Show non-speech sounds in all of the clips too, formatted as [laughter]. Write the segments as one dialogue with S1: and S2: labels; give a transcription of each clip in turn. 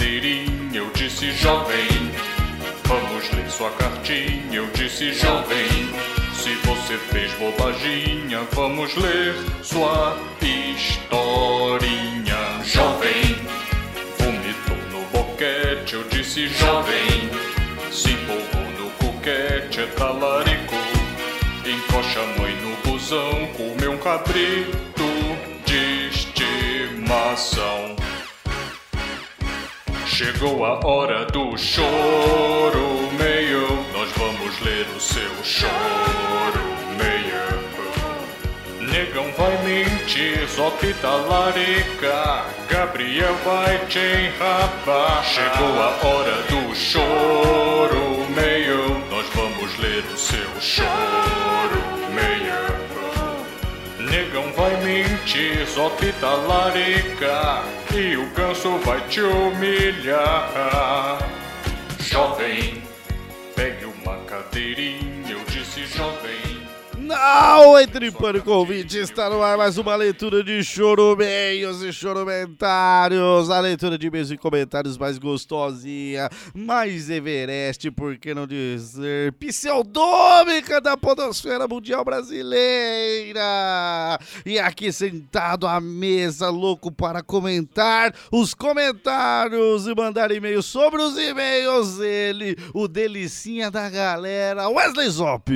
S1: Mirim, eu disse jovem. Vamos ler sua cartinha, eu disse jovem. Se você fez bobaginha, vamos ler sua historinha. Jovem, vomitou no boquete, eu disse jovem. Se empolgou no coquete, é talarico. Encoxa a mãe no busão, comeu um cabrito de estimação. Chegou a hora do choro meio. Nós vamos ler o seu choro meio. Negão vai mentir, Zop da larica. Gabriel vai te enrabar. Chegou a hora do choro meio. Nós vamos ler o seu choro meio. Negão vai mentir, só pita larica E o ganso vai te humilhar Jovem, pegue uma cadeirinha Eu disse jovem
S2: Não entre em pânico, ouvinte. Está no ar mais uma leitura de chorumeios e chorumentários. A leitura de e-mails e comentários mais gostosinha, mais Everest, por que não dizer pseudômica da podosfera mundial brasileira. E aqui sentado à mesa, louco para comentar os comentários e mandar e-mails sobre os e-mails, ele, o delicinha da galera, Wesley Zop.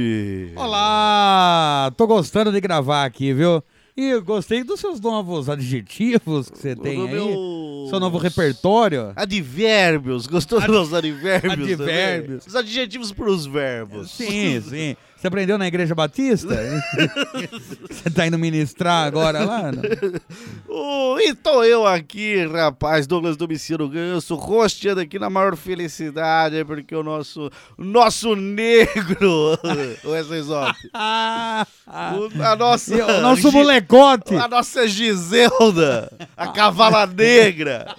S3: Olá! Tô gostando de gravar aqui, viu? E eu gostei dos seus novos adjetivos que você tem
S2: Do
S3: aí.
S2: meu- Ah,
S3: Seu novo repertório.
S2: Advérbios, gostou dos meus advérbios?
S3: Advérbios.
S2: também? Os adjetivos pros verbos.
S3: Sim,
S2: [laughs]
S3: sim. Você aprendeu na Igreja Batista? você tá indo ministrar agora lá? não?
S2: [laughs] Uh, e tô eu aqui, rapaz, Douglas Domicílio Ganso, rosteando aqui na maior felicidade, porque o nosso, nosso negro, [laughs] Wesley Zop,
S3: Ah,
S2: o- a nossa...
S3: e o nosso
S2: Gi-
S3: molecote!
S2: A nossa Giselda, a cavala negra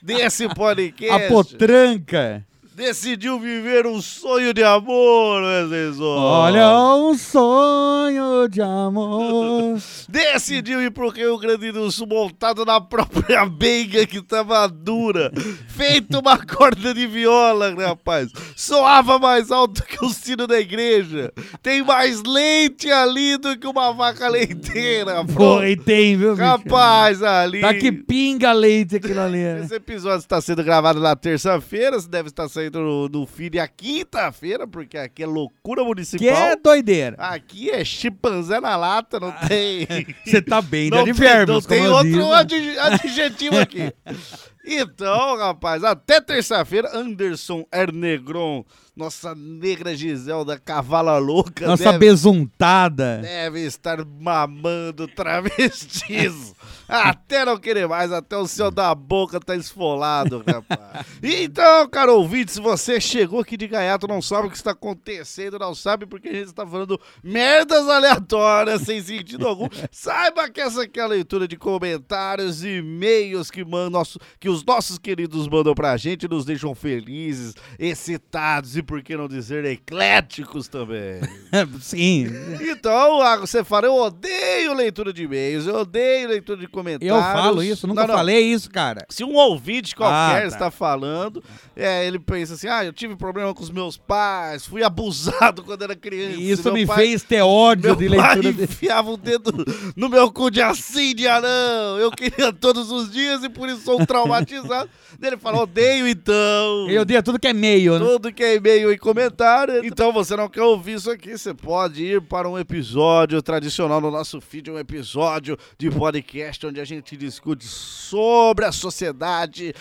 S2: desse podcast,
S3: [laughs] A potranca!
S2: decidiu viver um sonho de amor, né, Wesley Zop.
S3: Olha
S2: Oh.
S3: um sonho
S2: [laughs]
S3: de amor.
S2: Decidiu ir pro Rio Grande do Sul montado na própria [laughs] benga que tava dura. Feito uma corda de viola, né, rapaz. Soava mais alto que o sino da igreja. Tem mais leite ali do que uma vaca leiteira, pô.
S3: Foi, tem, viu, bicho?
S2: Rapaz, ali.
S3: Tá que pinga leite aquilo ali. né?
S2: Esse episódio está sendo gravado na terça-feira. Você deve estar saindo no, no feed a quinta-feira, porque aqui é loucura
S3: Que é
S2: municipal.
S3: doideira.
S2: Aqui é chimpanzé na lata, não tem.
S3: Você tá bem de
S2: Não tem,
S3: advérbios,
S2: não tem
S3: como eu digo.
S2: outro adje- adjetivo aqui. Então, rapaz, até terça-feira, Anderson Ernegron, nossa negra Giselda Cavala Louca, né,
S3: Nossa
S2: deve,
S3: besuntada.
S2: deve estar mamando travestis. [laughs] até não querer mais, até o céu da boca tá esfolado, rapaz. Então, caro ouvinte, se você chegou aqui de gaiato, não sabe o que está acontecendo, não sabe porque a gente está falando merdas aleatórias, sem sentido algum, saiba que essa aqui é a leitura de comentários e e-mails que, man- nosso, que os nossos queridos mandam pra gente, nos deixam felizes, excitados e, por que não dizer, ecléticos também.
S3: [laughs] Sim.
S2: Então, ah, você fala, eu odeio leitura de e-mails, eu odeio leitura de
S3: Eu
S2: comentários.
S3: falo isso, nunca
S2: Tá, Não, não.
S3: falei isso, cara.
S2: Se um ouvinte qualquer
S3: Ah, tá.
S2: está falando, é, ele pensa assim, ah, eu tive problema com os meus pais, fui abusado quando era criança.
S3: Isso
S2: meu
S3: me
S2: pai-
S3: fez ter ódio
S2: Meu
S3: de
S2: pai
S3: leitura de...
S2: enfiava o dedo no meu cu de assim de anão. Eu queria todos os dias e por isso sou um traumatizado. ele fala, odeio então.
S3: Eu odeio tudo que é meio, né?
S2: Tudo que é e-mail e comentário. Então você não quer ouvir isso aqui, você pode ir para um episódio tradicional no nosso feed, um episódio de podcast onde a gente discute sobre a sociedade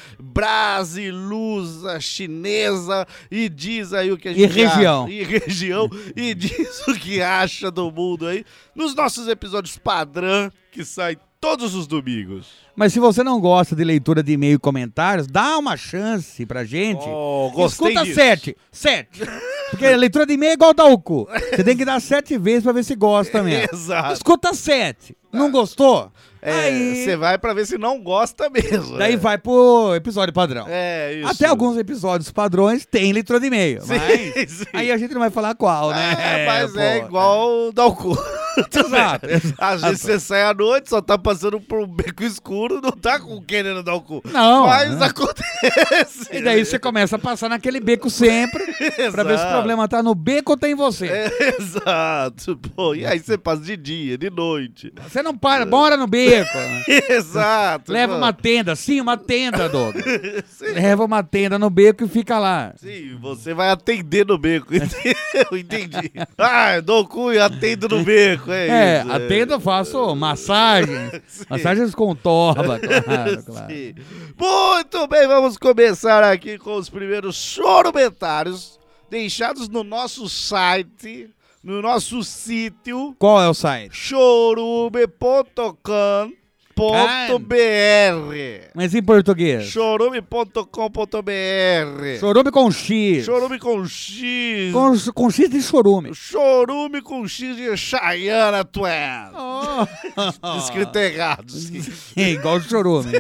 S2: brasilusa, chinesa e diz aí o que a gente
S3: região.
S2: acha- e região [laughs] e diz o que acha do mundo aí nos nossos episódios padrão que saem todos os domingos.
S3: Mas se você não gosta de leitura de e-mail e comentários, dá uma chance pra gente.
S2: Oh, gostei
S3: Escuta
S2: disso.
S3: sete.
S2: [laughs]
S3: Sete. Porque leitura de e-mail é igual dar o cu. Você tem que dar sete vezes pra ver se gosta mesmo.
S2: [laughs] Exato. É,
S3: Escuta sete. Não gostou? Aí-
S2: Você vai pra ver se não gosta mesmo.
S3: Daí
S2: né?
S3: vai pro episódio padrão.
S2: É, isso.
S3: Até alguns episódios padrões tem leitura de e-mail.
S2: Sim,
S3: Mas
S2: [laughs] sim.
S3: aí a gente não vai falar qual, né?
S2: É, mas é
S3: pô.
S2: [laughs] igual dar o cu.
S3: Exato.
S2: Às vezes você sai à noite, só tá passando por um beco escuro, não tá com querendo dar o cu.
S3: Não,
S2: Mas
S3: né?
S2: acontece. né?
S3: E daí você começa a passar naquele beco
S2: [laughs]
S3: sempre pra ver se o
S2: Exato.
S3: problema tá no beco ou tá em você.
S2: É, exato, pô. E aí você passa de dia, de noite. [laughs]
S3: Você não para, bora no beco. né?
S2: Exato.
S3: Leva
S2: mano.
S3: uma tenda, sim, uma
S2: [laughs]
S3: tenda, Doug. Leva uma tenda no beco e fica lá.
S2: Sim, você vai atender no beco, [laughs] entendeu? Entendi. Ah, eu dou o cu e atendo no beco, é,
S3: É,
S2: isso.
S3: a tenda eu faço
S2: [laughs]
S3: massagens. Massagens com torba, claro, claro.
S2: Sim. Muito bem, vamos começar aqui com os primeiros choromentários deixados no nosso site, no nosso sítio,
S3: Qual é o site?
S2: chorume.com.br.
S3: Mas em português?
S2: chorume.com.br.
S3: Chorume com X.
S2: Chorume com X.
S3: Com, com X de [laughs] chorume.
S2: Chorume com X de Chayana é.
S3: Ah.
S2: Twain. Escrito tá errado, sim.
S3: É igual chorume.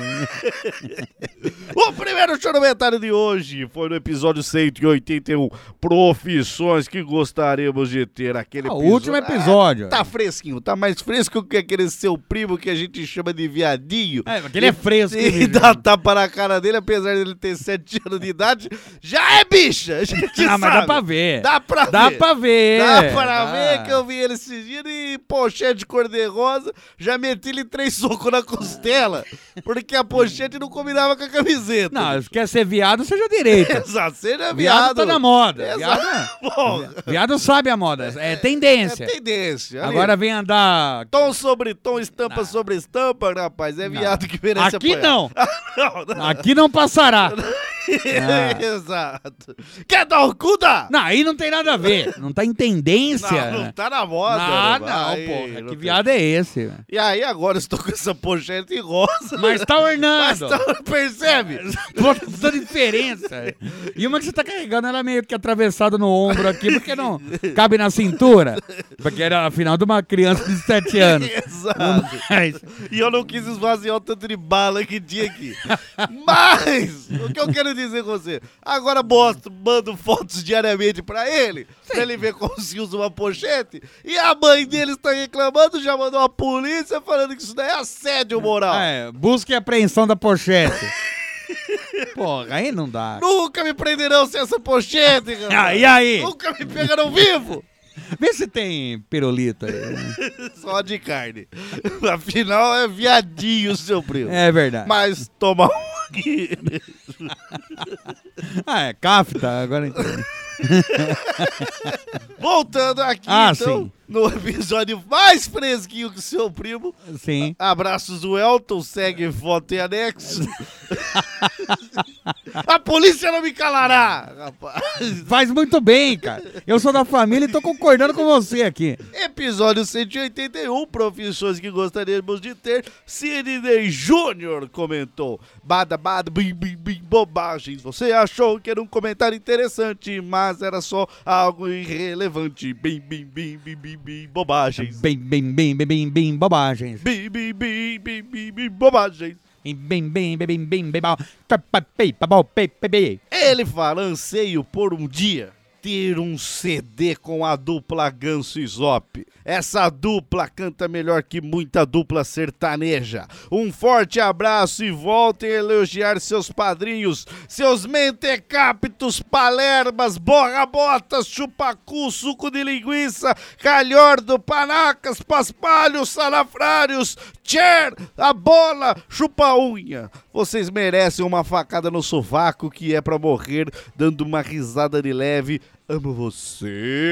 S2: O primeiro chorumentário de hoje foi no episódio 181, Profissões que gostaríamos de ter. Aquele
S3: Ah, o último episódio.
S2: Ah, tá fresquinho, tá mais fresco que aquele seu primo que a gente chama de viadinho.
S3: É, porque ele é fresco.
S2: E dá tapa na cara dele, apesar dele ter 7 anos de idade, já é bicha! A gente
S3: Ah, mas dá
S2: sabe.
S3: pra ver.
S2: Dá pra
S3: Dá
S2: ver.
S3: pra ver.
S2: Dá pra
S3: Ah.
S2: ver que eu vi ele esses dias e pochete cor-de-rosa, já meti ele três [laughs] socos na costela, porque a pochete não combinava com a camiseta.
S3: Não, se quer ser viado, seja direito.
S2: Exato, seja
S3: Viado
S2: viado.
S3: tá na moda.
S2: Exato.
S3: Viado,
S2: Bom,
S3: viado sabe a moda. É
S2: é
S3: tendência.
S2: tendência. ali.
S3: Agora vem andar.
S2: Tom sobre tom, estampa sobre estampa, rapaz. É viado que merece
S3: Aqui
S2: apanhar.
S3: não.
S2: [laughs] não. não.
S3: Aqui não passará. Ah.
S2: [laughs] Exato. Quer dar o cu, dá?
S3: Não, aí não tem nada a ver. Não tá em tendência.
S2: Não, não
S3: né?
S2: tá na moda.
S3: Ah,
S2: né?
S3: não,
S2: Aí,
S3: porra.
S2: não
S3: Que
S2: tem.
S3: viado é esse? velho?
S2: E aí agora eu estou com essa pochete rosa.
S3: Mas
S2: [laughs]
S3: tá
S2: Mas
S3: ornando.
S2: tá- percebe?
S3: [laughs] Bota toda diferença. E uma que você tá carregando, ela é meio que atravessada no ombro aqui, porque não cabe na cintura. Porque era afinal de uma criança de 7
S2: [laughs]
S3: anos.
S2: Exato.
S3: Mas,
S2: E eu não quis esvaziar o tanto de bala que tinha
S3: [laughs]
S2: aqui. Mas, o que eu quero dizer com você, agora mostro, mando fotos diariamente pra ele, pra ele ver como se usa uma pochete, e a mãe dele está reclamando, já mandou a polícia falando que isso daí é assédio moral.
S3: é, busca e apreensão da pochete. Porra, aí não dá.
S2: Nunca me prenderão sem essa
S3: [laughs]
S2: pochete, cara.
S3: Ah, e aí?
S2: Nunca me pegaram vivo.
S3: Vê se tem pirulito aí.
S2: Só de carne. [laughs] Afinal, é viadinho, seu primo.
S3: É verdade.
S2: Mas toma um aqui.
S3: Ah, é capta, agora entendi.
S2: Voltando aqui,
S3: Ah,
S2: então,
S3: sim.
S2: no episódio mais fresquinho que o seu primo.
S3: Sim.
S2: Abraços do Elton, segue foto e
S3: [laughs]
S2: anexo. A polícia não me calará, rapaz.
S3: Faz muito bem, cara. Eu sou da família e tô concordando com você aqui.
S2: Episódio 181, profissões que gostaríamos de ter. Sidney Júnior comentou. Bada, bada, bim, bim, bim, bobagens. Você achou que era um comentário interessante, mas era só algo irrelevante. Bim, bim, bim, bim, bim, bim, bobagens.
S3: Bem, bem, bem, bem, bem, bem, bobagens.
S2: Bi, bi, bi, bi, bi, bi, bobagem.
S3: Bem, bem, bem, bem, bem, bem, bem, bal- pa- pa- pei, pa- bal- pei, pei, pei.
S2: Ele fala anseio por um dia ter um CD com a dupla Ganso e Zop. Essa dupla canta melhor que muita dupla sertaneja. Um forte abraço e voltem a elogiar seus padrinhos, seus mentecaptos, palermas, borrabotas, chupacu, suco de linguiça, calhordo, panacas, paspalhos, salafrários, tcher, a bola, chupa-unha. Vocês merecem uma facada no sovaco que é pra morrer, dando uma risada de leve. Amo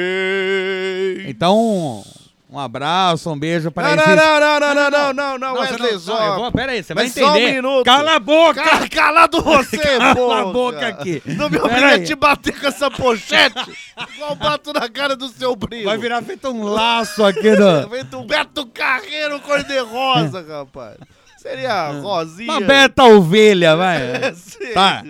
S2: você.
S3: Então, um- um abraço, um beijo para
S2: Não,
S3: esses...
S2: não, não, não, não, não, não, não, não,
S3: você
S2: Wesley
S3: não, eu vou-
S2: Zop.
S3: Pera aí, você vai
S2: Mas só um
S3: entender.
S2: minuto.
S3: Cala a boca!
S2: Ca- Calado você,
S3: [laughs] Cala a
S2: porra.
S3: boca aqui.
S2: Não me
S3: Pera
S2: obriga a
S3: aí.
S2: te bater com essa pochete.
S3: [laughs]
S2: Igual bato na cara do seu primo.
S3: Vai virar feito um laço aqui
S2: [laughs]
S3: no...
S2: Vem do Beto Carreiro cor-de-rosa, rapaz. Seria rosinha.
S3: Uma beta ovelha, vai.
S2: É, [laughs] sim.
S3: Tá.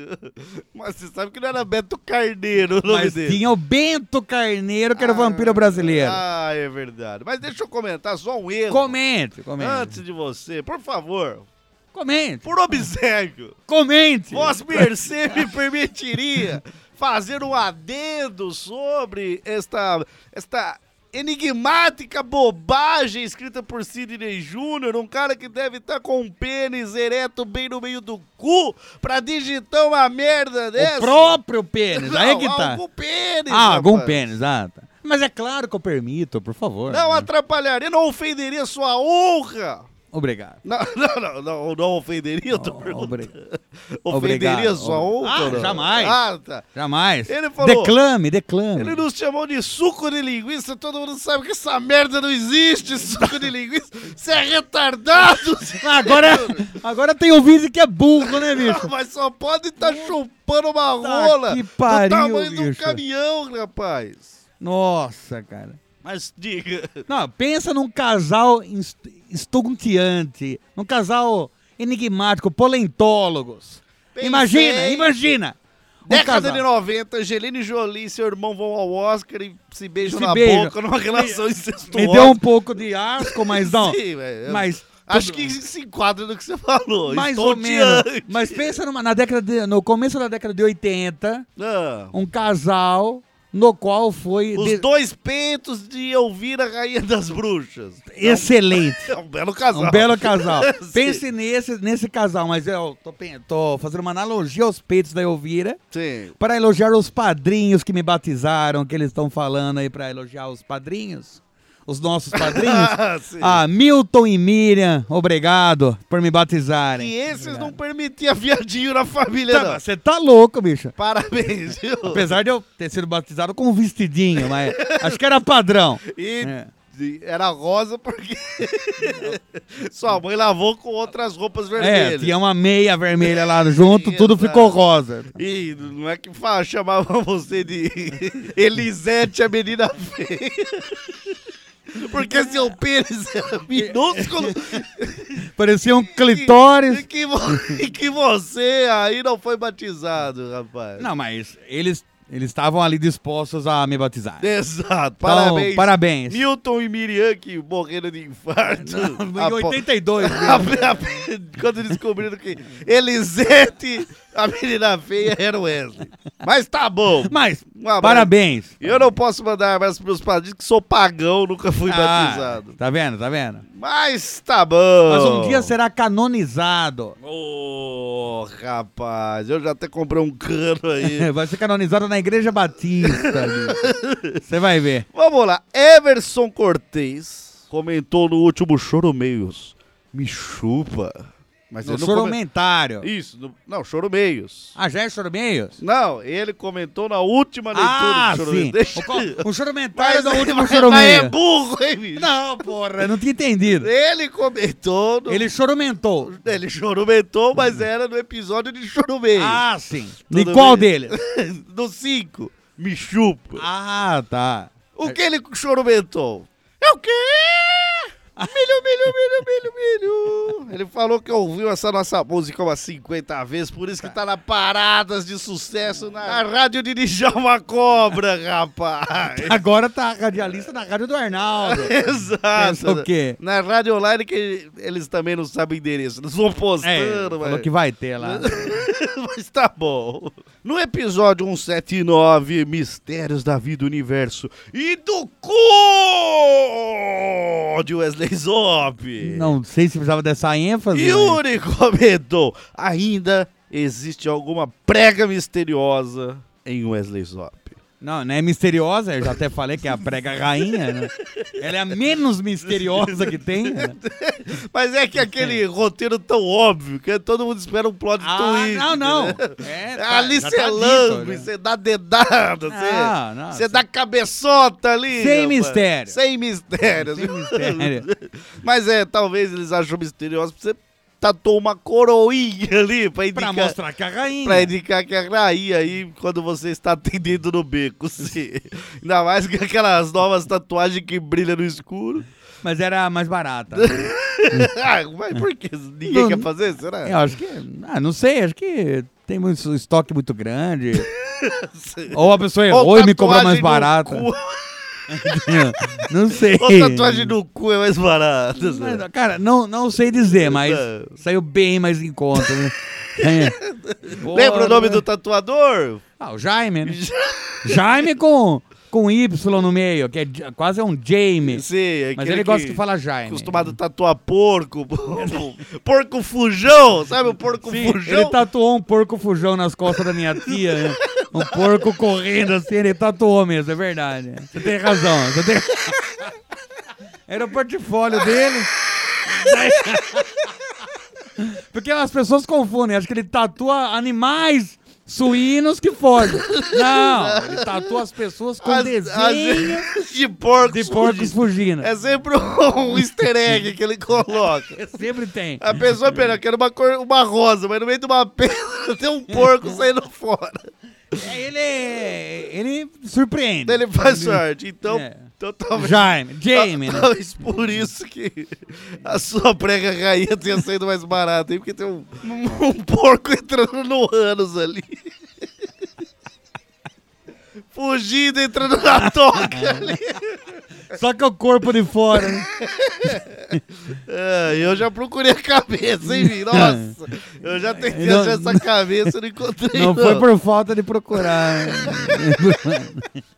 S2: Mas você sabe que não era Beto Carneiro o [laughs] nome
S3: Mas
S2: dele.
S3: tinha o Bento Carneiro, que era o vampiro brasileiro.
S2: Ah, é verdade. Mas deixa eu comentar só um erro.
S3: Comente, comente.
S2: Antes de você, por favor,
S3: Comente,
S2: por obséquio,
S3: comente.
S2: Vossa Mercê me permitiria fazer um adendo sobre esta, esta enigmática bobagem escrita por Sidney Júnior, um cara que deve estar com um pênis ereto bem no meio do cu pra digitar uma merda dessa.
S3: O próprio pênis, aí que tá.
S2: é assim. Algum pênis,
S3: Ah, algum
S2: rapaz.
S3: pênis, ah, tá. Mas é claro que eu permito, por favor.
S2: Não
S3: né?
S2: atrapalharia, não ofenderia sua honra.
S3: Obrigado.
S2: Não, [laughs] não, não, não, não ofenderia, eu tô perguntando.
S3: Obri-
S2: Ofenderia
S3: Oh, Obrigado.
S2: sua honra?
S3: Ah,
S2: ou não?
S3: jamais.
S2: Ah, tá.
S3: Jamais.
S2: Ele falou-
S3: Declame, declame.
S2: Ele nos chamou de suco de linguiça, todo mundo sabe que essa merda não existe, suco de linguiça. Você é
S3: [laughs]
S2: retardado, Zé.
S3: Ah, Agora, agora tem ouvinte que é burro, né,
S2: [laughs]
S3: bicho?
S2: Mas só pode estar chupando uma
S3: Puta
S2: rola
S3: que
S2: do
S3: pariu,
S2: tamanho de um
S3: bicho.
S2: caminhão, rapaz.
S3: Nossa, cara.
S2: Mas diga,
S3: Não, pensa num casal inst- estonteante, num casal enigmático, polentólogos.
S2: Pensei.
S3: Imagina, imagina. Um
S2: década
S3: casal.
S2: de 90, Angelina Jolie e seu irmão vão ao Oscar e se beijam
S3: Se
S2: na
S3: beijam.
S2: boca numa relação incestuosa.
S3: Me deu um pouco de asco, mas
S2: [laughs]
S3: não.
S2: Sim, velho.
S3: mas
S2: Acho
S3: tudo-
S2: que se enquadra no que você falou.
S3: mais ou menos.
S2: estonteante.
S3: Mas pensa numa- na década de- no começo da década de 80,
S2: Ah,
S3: um casal no qual foi
S2: Os
S3: de-
S2: dois peitos de Elvira, rainha das bruxas.
S3: excelente.
S2: É um [laughs] belo casal.
S3: Um belo casal. Pense
S2: [laughs] Sim.
S3: nesse, nesse casal, mas eu tô, pen- tô fazendo uma analogia aos peitos da Elvira
S2: Sim.
S3: para elogiar os padrinhos que me batizaram, que eles estão falando aí para elogiar os padrinhos, os nossos padrinhos.
S2: Ah, [laughs] sim.
S3: ah, Milton e Miriam, obrigado por me batizarem.
S2: e esses não permitiam viadinho na família,
S3: Tá,
S2: não.
S3: mas Você tá louco, bicho. [laughs]
S2: Parabéns, viu?
S3: Apesar de eu ter sido batizado com um
S2: [laughs]
S3: vestidinho, mas acho que era padrão.
S2: E
S3: É.
S2: e era rosa porque [laughs] sua mãe lavou com outras roupas
S3: É,
S2: vermelhas.
S3: tinha uma meia vermelha lá junto, tudo
S2: Exato.
S3: ficou rosa.
S2: E não é que fa- chamavam você
S3: [laughs]
S2: de Elisete, a menina feia. Porque seu pênis
S3: É.
S2: era minúsculo
S3: Parecia um
S2: E
S3: clitóris.
S2: que, vo- [laughs] e que você aí não foi batizado, rapaz.
S3: Não, mas eles eles estavam ali dispostos a me batizar. Então,
S2: Exato. Parabéns.
S3: parabéns.
S2: Milton e Miriam que morreram de infarto.
S3: Em
S2: Apo- [laughs]
S3: 82. né?
S2: Quando descobriram que Elisete, a menina feia, era o Wesley. Mas tá bom.
S3: Mas,
S2: Um abraço.
S3: parabéns.
S2: Eu não posso mandar um abraço pros meus padrinhos, que sou pagão, nunca fui
S3: Ah,
S2: batizado.
S3: Tá vendo, tá vendo?
S2: Mas tá bom.
S3: Mas um dia será canonizado.
S2: Ô, rapaz, eu já até comprei um cano aí.
S3: Vai ser canonizado na
S2: [laughs]
S3: Igreja Batista. bicho. Você vai ver.
S2: Vamos lá, Everson Cortez comentou no último Choro Meios. Me chupa. Mas
S3: No
S2: ele não
S3: choromentário.
S2: come- Isso, no- não, Choro Meios.
S3: Ah, já é choromeios?
S2: Não, ele comentou na última leitura
S3: Ah,
S2: do Choro
S3: sim. é
S2: Meios. Deixa-
S3: O, co- o choromentário
S2: Mas,
S3: do último
S2: mas- mas é
S3: choromeio.
S2: burro, hein, bicho?
S3: Não, porra, eu não tinha entendido.
S2: Ele comentou. No... Ele...
S3: Ele choromentou.
S2: chorumentou, mas era no episódio de Choro Meios.
S3: Ah, sim.
S2: Tudo
S3: De qual
S2: bem.
S3: deles?
S2: [laughs] no 5, me chupa.
S3: Ah, tá.
S2: O que ele chorumentou? É o quê?
S3: Ah,
S2: Milho, milho, milho, milho, milho. Ele falou que ouviu essa nossa música umas 50 vezes, por isso que tá na paradas de sucesso na, na rádio de Djalma Cobra, rapaz.
S3: Agora tá radialista na rádio do Arnaldo.
S2: É,
S3: Pensa
S2: [laughs] Exato.
S3: o quê?
S2: Na rádio online que eles também não sabem o endereço. Eles vão
S3: É,
S2: postando,
S3: falou
S2: mas...
S3: que vai
S2: [laughs]
S3: ter lá.
S2: Mas tá bom. No episódio 179, Mistérios da Vida, Universo e do Cu de Wesley Zop.
S3: Não sei se precisava dessa ênfase. mas-
S2: Yuri [laughs] comentou: ainda existe alguma prega misteriosa em Wesley Zop.
S3: Não, não é misteriosa, eu já até falei que é a prega rainha, né? Ela é a menos misteriosa que tem.
S2: [laughs]
S3: né?
S2: Mas é que
S3: [laughs]
S2: aquele roteiro tão óbvio que todo mundo espera um plot
S3: Ah,
S2: twist.
S3: não, não.
S2: né?
S3: [laughs] É, tá,
S2: ali
S3: já
S2: você
S3: tá dito,
S2: lambe,
S3: né?
S2: você dá dedada, você
S3: Não, não,
S2: você
S3: cê-
S2: dá cabeçota ali.
S3: Sem mistério.
S2: Sem mistério.
S3: Sem mistério.
S2: [laughs] Mas é, talvez eles acham misterioso porque você tatuou uma coroinha ali pra indicar,
S3: Pra mostrar que é a rainha.
S2: pra indicar que é rainha aí quando você está atendendo no beco. sim. Ainda mais que aquelas novas tatuagens que brilham no escuro.
S3: Mas era mais barata.
S2: ah, [laughs] mas por que? Ninguém
S3: Hum. Não-
S2: quer fazer, será?
S3: Eu acho que. Ah, não sei, acho que tem muito estoque
S2: [laughs]
S3: muito grande. Ou a pessoa errou
S2: Ou
S3: e é, me cobrou
S2: tatuagem
S3: mais
S2: no
S3: barata.
S2: cu.
S3: não sei.
S2: Ou tatuagem no cu é mais barata. sabe?
S3: Mas, Cara, não, não sei dizer, mas
S2: Não.
S3: saiu bem mais em conta.
S2: [laughs]
S3: Né? É.
S2: Lembra o nome do
S3: Porra.
S2: tatuador? [laughs]
S3: Ah, o Jaime, né? Jaime com com Y no meio, que é j- quase é um Jamie.
S2: Sim, é
S3: Mas
S2: aquele
S3: ele gosta que fala Jaime.
S2: Acostumado a tatuar porco. [laughs] porco fujão, sabe o porco
S3: Sim,
S2: fujão?
S3: Ele tatuou um porco fujão nas costas da minha tia, né? Um porco correndo assim, ele tatuou mesmo, é verdade. Você tem razão. Você tem... [laughs] Era o portfólio dele. [laughs] Daí- Porque as pessoas confundem, acham que ele tatua animais suínos que fogem. Não, ele tatua as pessoas com
S2: As-
S3: desenhos
S2: as- [laughs] de porcos,
S3: de porcos
S2: fugindo.
S3: fugindo.
S2: É sempre um,
S3: [laughs]
S2: easter egg que ele coloca.
S3: Sempre tem.
S2: A pessoa pensa, eu quero uma, cor, uma rosa, mas no meio de uma pedra [laughs] tem um porco saindo fora.
S3: Ele, ele surpreende.
S2: Daí ele faz sorte. Então,
S3: É.
S2: então talvez. [laughs]
S3: Jaime, Jamie, né?
S2: Talvez por isso que a sua prega rainha tenha saído mais barata, hein? Porque tem um, um porco entrando no ânus ali. [laughs] Fugindo, entrando
S3: [laughs]
S2: na toca ali.
S3: Só que é o corpo de fora. né?
S2: Ah, eu já procurei a cabeça,
S3: [laughs]
S2: hein, Vi? Nossa, eu já tentei
S3: Não-
S2: achar essa cabeça e não encontrei,
S3: Não foi por falta de procurar. né?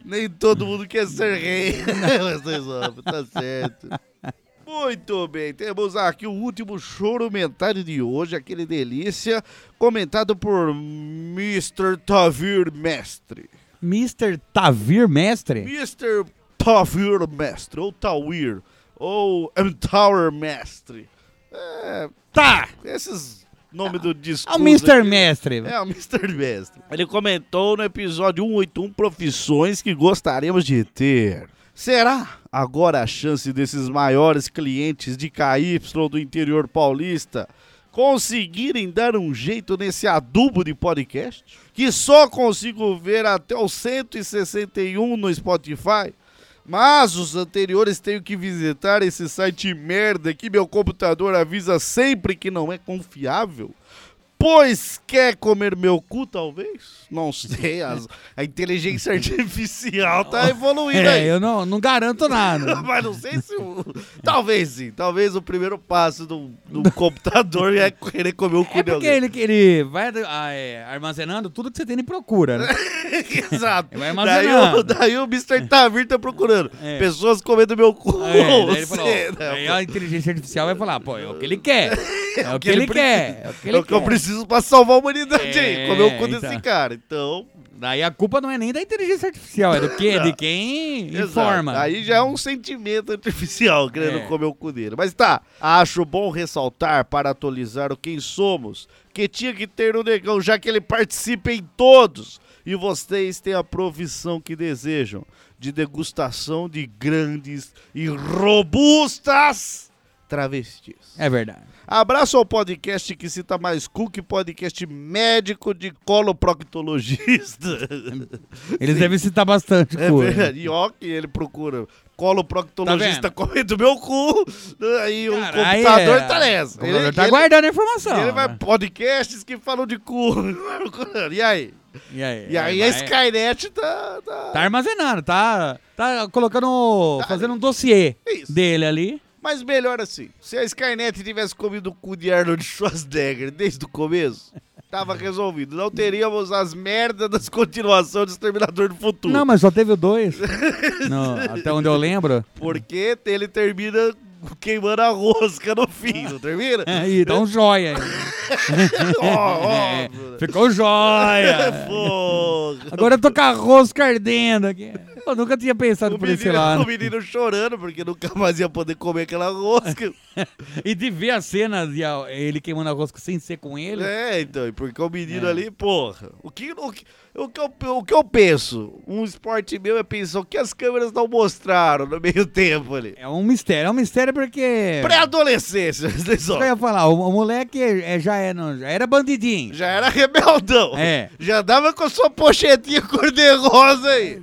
S2: Nem todo mundo quer ser rei.
S3: [laughs]
S2: Vocês sabem, tá certo. Muito bem, temos aqui o último chorumentário de hoje, aquele delícia, comentado por Mr. Tavir Mestre.
S3: Mr. Tavir Mestre?
S2: Mr. Tavir Mestre, ou Tawir, ou Tower Mestre. É,
S3: Tá!
S2: esses nomes do
S3: É o
S2: discurso.
S3: Mr.
S2: aqui.
S3: Mestre.
S2: É, o Mr. Mestre. Ele comentou no episódio 181 profissões que gostaríamos de ter. Será agora a chance desses maiores clientes de KY do interior paulista conseguirem dar um jeito nesse adubo de podcast? Que só consigo ver até o 161 no Spotify? Mas os anteriores tenho que visitar esse site merda que meu computador avisa sempre que não é confiável? Pois quer comer meu cu, talvez? Não
S3: [laughs]
S2: sei, as- a inteligência artificial tá evoluindo aí.
S3: É, eu não, não
S2: [laughs]
S3: garanto nada.
S2: Mas não sei se o... Talvez sim, talvez o primeiro passo do,
S3: [laughs]
S2: do computador é querer comer o cu
S3: É
S2: de
S3: porque
S2: alguém.
S3: ele, ele vai ah, é, armazenando tudo que você tem e procura, né?
S2: [laughs] Exato.
S3: Ele vai
S2: Daí o,
S3: armazenando.
S2: daí o Mr. Tavir tá procurando.
S3: É.
S2: Pessoas comendo meu cu. [laughs]
S3: É, daí ele falou,
S2: Você- né?
S3: daí a inteligência artificial vai falar, pô, é o que ele quer. É o que ele quer. É o que
S2: É
S3: ele
S2: o que eu
S3: quer.
S2: preciso pra salvar a humanidade aí.
S3: É,
S2: Comer o cu
S3: então.
S2: desse cara. Então,
S3: Daí a culpa não é nem da inteligência artificial, é do quê? De quem
S2: Exato.
S3: informa.
S2: Aí já é um sentimento artificial querendo
S3: É.
S2: comer o cu dele. Mas tá, acho bom ressaltar para atualizar o Quem Somos, que tinha que ter o negão, já que ele participa em todos. E vocês têm a profissão que desejam, de degustação de grandes e robustas travestis.
S3: É verdade.
S2: Abraço ao podcast que cita mais cu que podcast médico de
S3: [laughs]
S2: coloproctologista.
S3: Eles devem citar bastante
S2: É
S3: coisa.
S2: verdade. E ó que ele procura colo proctologista
S3: Tá
S2: comendo meu cu. Aí o
S3: Cara, aí
S2: computador
S3: é-
S2: tá nessa.
S3: O computador
S2: Ele-
S3: tá
S2: ele-
S3: guardando a informação.
S2: Ele vai
S3: né?
S2: podcasts que falam de cu. [laughs] E aí?
S3: E aí,
S2: E aí a
S3: vai-
S2: Skynet tá. tá-
S3: Tá armazenando, tá, tá colocando, fazendo um dossiê
S2: Isso.
S3: dele ali.
S2: Mas melhor assim. Se a Skynet tivesse comido o cu de Arnold Schwarzenegger desde o começo, tava resolvido. Não teríamos as merdas das continuações do Exterminador do Futuro.
S3: Não, mas só teve
S2: [laughs]
S3: o dois. No- até onde eu lembro.
S2: Porque ele termina queimando a rosca no fim, não
S3: [laughs]
S2: termina?
S3: Aí, dá um joia. aí.
S2: [laughs]
S3: É,
S2: Ó, ó. [laughs]
S3: ficou joia.
S2: Fogo.
S3: Agora eu tô com a rosca ardendo aqui. Eu nunca tinha pensado
S2: O
S3: por esse
S2: menino, é o
S3: lado.
S2: menino chorando porque nunca mais ia poder comer aquela rosca.
S3: E de ver as cenas e a- ele queimando a rosca sem ser com ele.
S2: é, então, e porque o menino
S3: É.
S2: ali, porra. O que, o, que, o, que eu, o que eu penso? Um esporte meu é pensar o que as câmeras não mostraram no meio tempo ali.
S3: É um mistério, é um mistério porque...
S2: Pré-adolescência, vocês
S3: Isso que eu
S2: olham.
S3: ia falar, o, o moleque é- é- já, é, não, já era bandidinho.
S2: Já era rebeldão.
S3: É.
S2: Já dava com sua pochetinha cor-de-rosa
S3: [laughs]
S2: aí.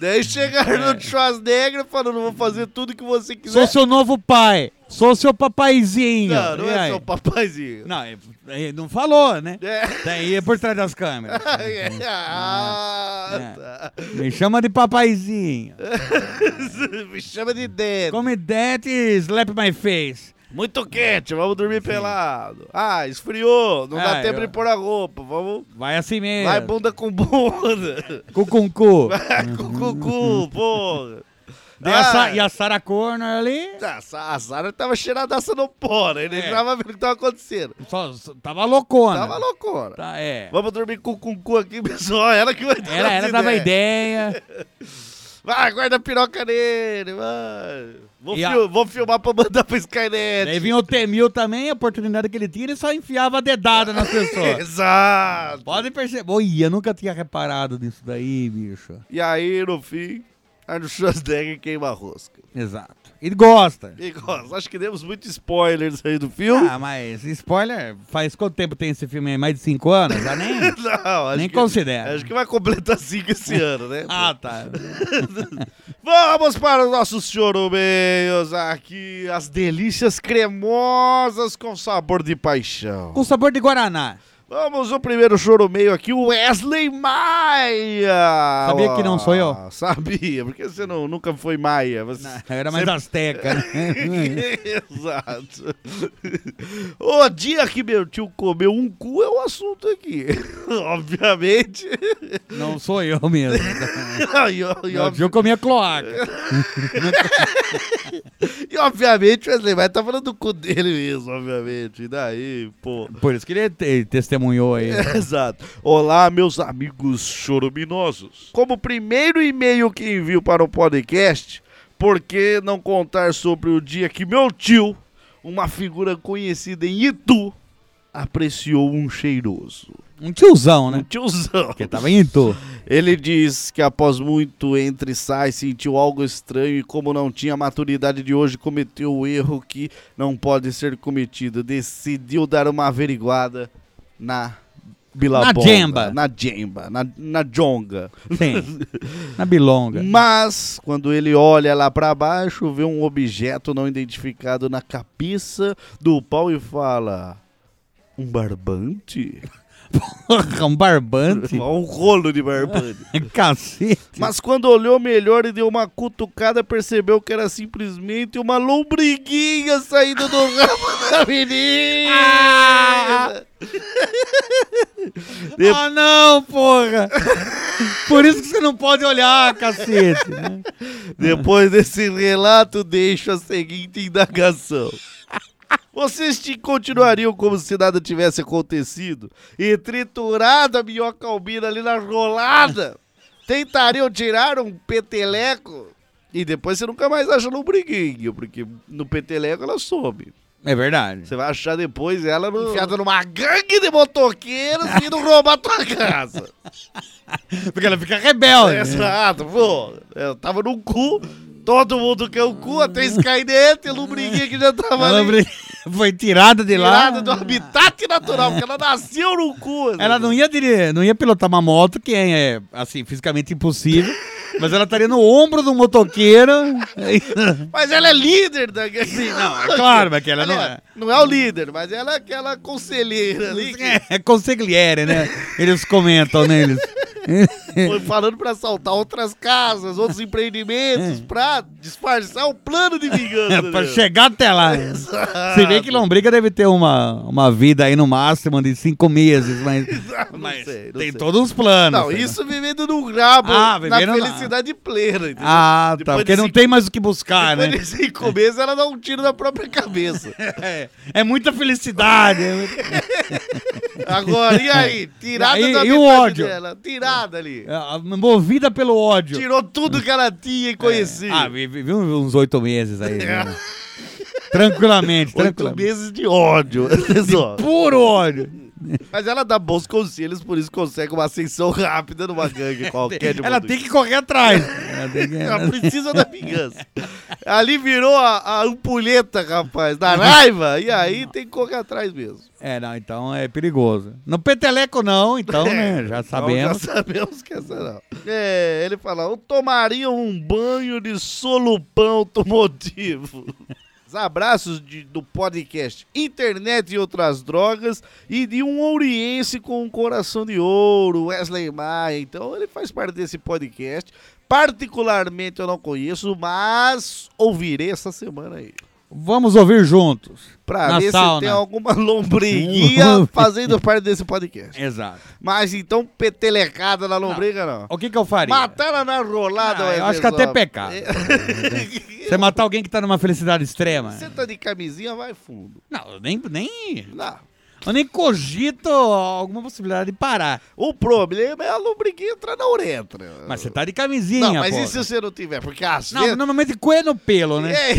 S2: Daí chegaram no Schwarzenegger falando: vou fazer tudo que você
S3: É. Sou
S2: quiser.
S3: seu novo pai, sou seu papaizinho.
S2: Não, não
S3: E
S2: é
S3: aí?
S2: seu papaizinho.
S3: Não, é- é, não falou, né?
S2: É.
S3: Daí é por trás das câmeras.
S2: [laughs]
S3: É.
S2: Ah, tá.
S3: Me chama de papaizinho.
S2: [laughs]
S3: É.
S2: Me chama de dedo.
S3: Come that e slap my face.
S2: Muito quente, vamos dormir pelado. Ah, esfriou, não dá
S3: Ah,
S2: tempo
S3: eu-
S2: de pôr a roupa. Vamos.
S3: Vai assim mesmo.
S2: Vai bunda com bunda. [laughs]
S3: Com concô.
S2: Vai com cucu, porra.
S3: Uhum. E a Sarah Connor ali.
S2: Ah, a Sara tava cheiradaça no pó, né? Ele
S3: É.
S2: tava vendo o que tava acontecendo.
S3: Só, só- tava loucona.
S2: Tava loucura.
S3: Tá, é.
S2: Vamos dormir com com cu aqui, [laughs] pessoal. Ela que vai dar
S3: Ela,
S2: as
S3: ela dava
S2: ideias.
S3: ideia.
S2: Vai, guarda a piroca nele, vai. Vou,
S3: E a-
S2: fil- vou filmar pra mandar pra Skynet.
S3: Daí
S2: [laughs]
S3: vinha o Temil também, a oportunidade que ele tinha, ele só enfiava a dedada [laughs] nas pessoas.
S2: Exato.
S3: Pode perceber. Oi, eu nunca tinha reparado nisso daí, bicho.
S2: E aí, no fim, Arnold Schwarzenegger queima a rosca. [laughs]
S3: Exato. Ele gosta.
S2: E, Goss, acho que demos muito spoilers aí do filme.
S3: Ah, mas spoiler, faz quanto tempo tem esse filme aí? Mais de 5 anos? Já nem,
S2: [laughs] Não, acho
S3: nem
S2: que,
S3: considera.
S2: acho que vai completar cinco esse ano, né?
S3: [laughs] Ah, tá.
S2: Vamos para os nossos chorumeios aqui. As delícias cremosas com sabor de paixão.
S3: Com sabor de Guaraná.
S2: Vamos o primeiro chorumeio aqui, o Wesley Maia.
S3: Sabia que não sou eu?
S2: Ah, Sabia, porque você não, nunca foi Maia. Você...
S3: Era mais asteca, [laughs] né?
S2: [laughs] Exato. o dia que meu tio comeu um cu é o assunto aqui. [laughs] Obviamente.
S3: Não sou eu [laughs] mesmo.
S2: [laughs] e, o- e
S3: Meu
S2: ob-
S3: dia eu comia cloaca.
S2: e obviamente o Wesley Maia tá falando do cu dele mesmo, obviamente. E daí, pô. [laughs]
S3: Por isso que ele, ele testemunhou aí.
S2: Exato. Olá, meus amigos chorominosos. Como primeiro e-mail que envio para o podcast, por que não contar sobre o dia que meu tio, uma figura conhecida em Itu, apreciou um cheiroso?
S3: Um tiozão,
S2: Um
S3: né?
S2: tiozão.
S3: Porque tava em tu.
S2: Ele diz que após muito entre e sai, sentiu algo estranho e como não tinha a maturidade de hoje, cometeu o erro que não pode ser cometido. Decidiu dar uma averiguada na bilabonga.
S3: Na jemba.
S2: Na jemba, na, na jonga.
S3: Sim. Na [laughs] bilonga.
S2: Mas, quando ele olha lá pra baixo, vê um objeto não identificado na cabeça do pau e fala... Um barbante?
S3: Porra, um barbante.
S2: Um rolo de barbante.
S3: [laughs] Cacete.
S2: Mas quando olhou melhor e deu uma cutucada, percebeu que era simplesmente uma lombriguinha saindo do ramo da menina. De-
S3: Ah, não, porra. Por isso que você não pode olhar, cacete. né?
S2: Depois desse relato, deixo a seguinte indagação. Vocês te continuariam como se nada tivesse acontecido e triturado a minhoca albina ali na rolada? Tentariam tirar um peteleco? E depois você nunca mais acha lombriguinho, porque no peteleco ela sobe.
S3: É verdade.
S2: Você vai achar depois ela no... enfiada numa gangue de motoqueiros indo roubar tua casa.
S3: [laughs] Porque ela fica rebelde. né?
S2: Exato, pô. Eu tava no cu, todo mundo quer o cu, até Skynet, a lombriguinha que já tava
S3: Ela
S2: ali.
S3: brin- [laughs] foi tirada de lá.
S2: Tirada do habitat natural, porque ela nasceu no cu. assim.
S3: Ela não ia, diri- não ia pilotar uma moto, que é, é, assim,
S2: [laughs]
S3: fisicamente impossível. Mas ela estaria no ombro do motoqueiro. [laughs]
S2: Mas ela é líder da gangue. Sim, não,
S3: é claro, mas que ela não é.
S2: Não é o líder, mas ela é aquela conselheira ali que
S3: É, é consigliere, né? Eles comentam, né?
S2: [laughs]
S3: Eles. É.
S2: foi falando pra assaltar outras casas, outros empreendimentos, pra disfarçar o plano de
S3: [laughs]
S2: vingança.
S3: É. pra
S2: né?
S3: chegar até lá. Se bem que lombriga deve ter uma, uma vida aí no máximo de cinco meses, mas.
S2: [laughs] Não
S3: mas
S2: sei, não
S3: tem
S2: sei.
S3: todos os planos.
S2: Não,
S3: né?
S2: isso vivendo no rabo,
S3: Ah,
S2: na
S3: vivendo na-
S2: felicidade plena, entendeu?
S3: Ah, tá.
S2: Depois
S3: Porque
S2: de
S3: não
S2: cinco-
S3: tem mais o que buscar,
S2: Quando
S3: né?
S2: eles se começam, ela dá um tiro na própria cabeça.
S3: É, é muita
S2: [laughs]
S3: felicidade. é muito-
S2: Agora, e
S3: [laughs]
S2: aí? Tirada
S3: E-
S2: da
S3: e o
S2: metade
S3: ódio?
S2: dela. Tirada ali.
S3: é, movida pelo ódio.
S2: Tirou tudo que ela tinha e conhecia.
S3: Ah, vi- vi- vi uns oito meses aí.
S2: [laughs]
S3: né? Tranquilamente,
S2: Oito
S3: tranquilamente.
S2: meses de ódio. [laughs] só.
S3: Puro ódio.
S2: Mas ela dá bons conselhos, por isso consegue uma ascensão rápida numa
S3: [laughs]
S2: gangue qualquer de
S3: Ela
S2: Mogi.
S3: tem que correr atrás. Ela
S2: É,
S3: tem que-
S2: Ela precisa da vingança. Ali virou a, a ampulheta, rapaz, da raiva. E aí tem que correr atrás mesmo.
S3: É, não, então é perigoso. No peteleco não, então, né? Já
S2: Então,
S3: sabemos.
S2: já sabemos que essa não. É, ele fala, eu tomaria um banho de solupão automotivo. Os abraços de- do podcast Internet e Outras Drogas e de um ouriense com um coração de ouro, Wesley Maia. Então ele faz parte desse podcast. Particularmente eu não conheço, mas ouvirei essa semana aí.
S3: Vamos ouvir juntos.
S2: Pra
S3: na
S2: ver
S3: sauna.
S2: se tem [laughs] alguma lombriguinha fazendo parte desse podcast.
S3: Exato.
S2: Mas então, petelecada na lombriga, não.
S3: O que, que eu faria?
S2: Mataram na rolada, É.
S3: Ah, eu acho que até pecado. Você matar alguém que tá numa felicidade extrema.
S2: [laughs] Você tá de camisinha, vai fundo.
S3: Não, eu nem, nem.
S2: Não.
S3: Eu nem cogito alguma possibilidade de parar.
S2: O problema é a lombriguinha entrar na uretra.
S3: Mas você tá de camisinha,
S2: Não, mas
S3: pô.
S2: e se você não tiver? Porque às
S3: Não,
S2: vezes...
S3: normalmente cu é no pelo, né?
S2: É.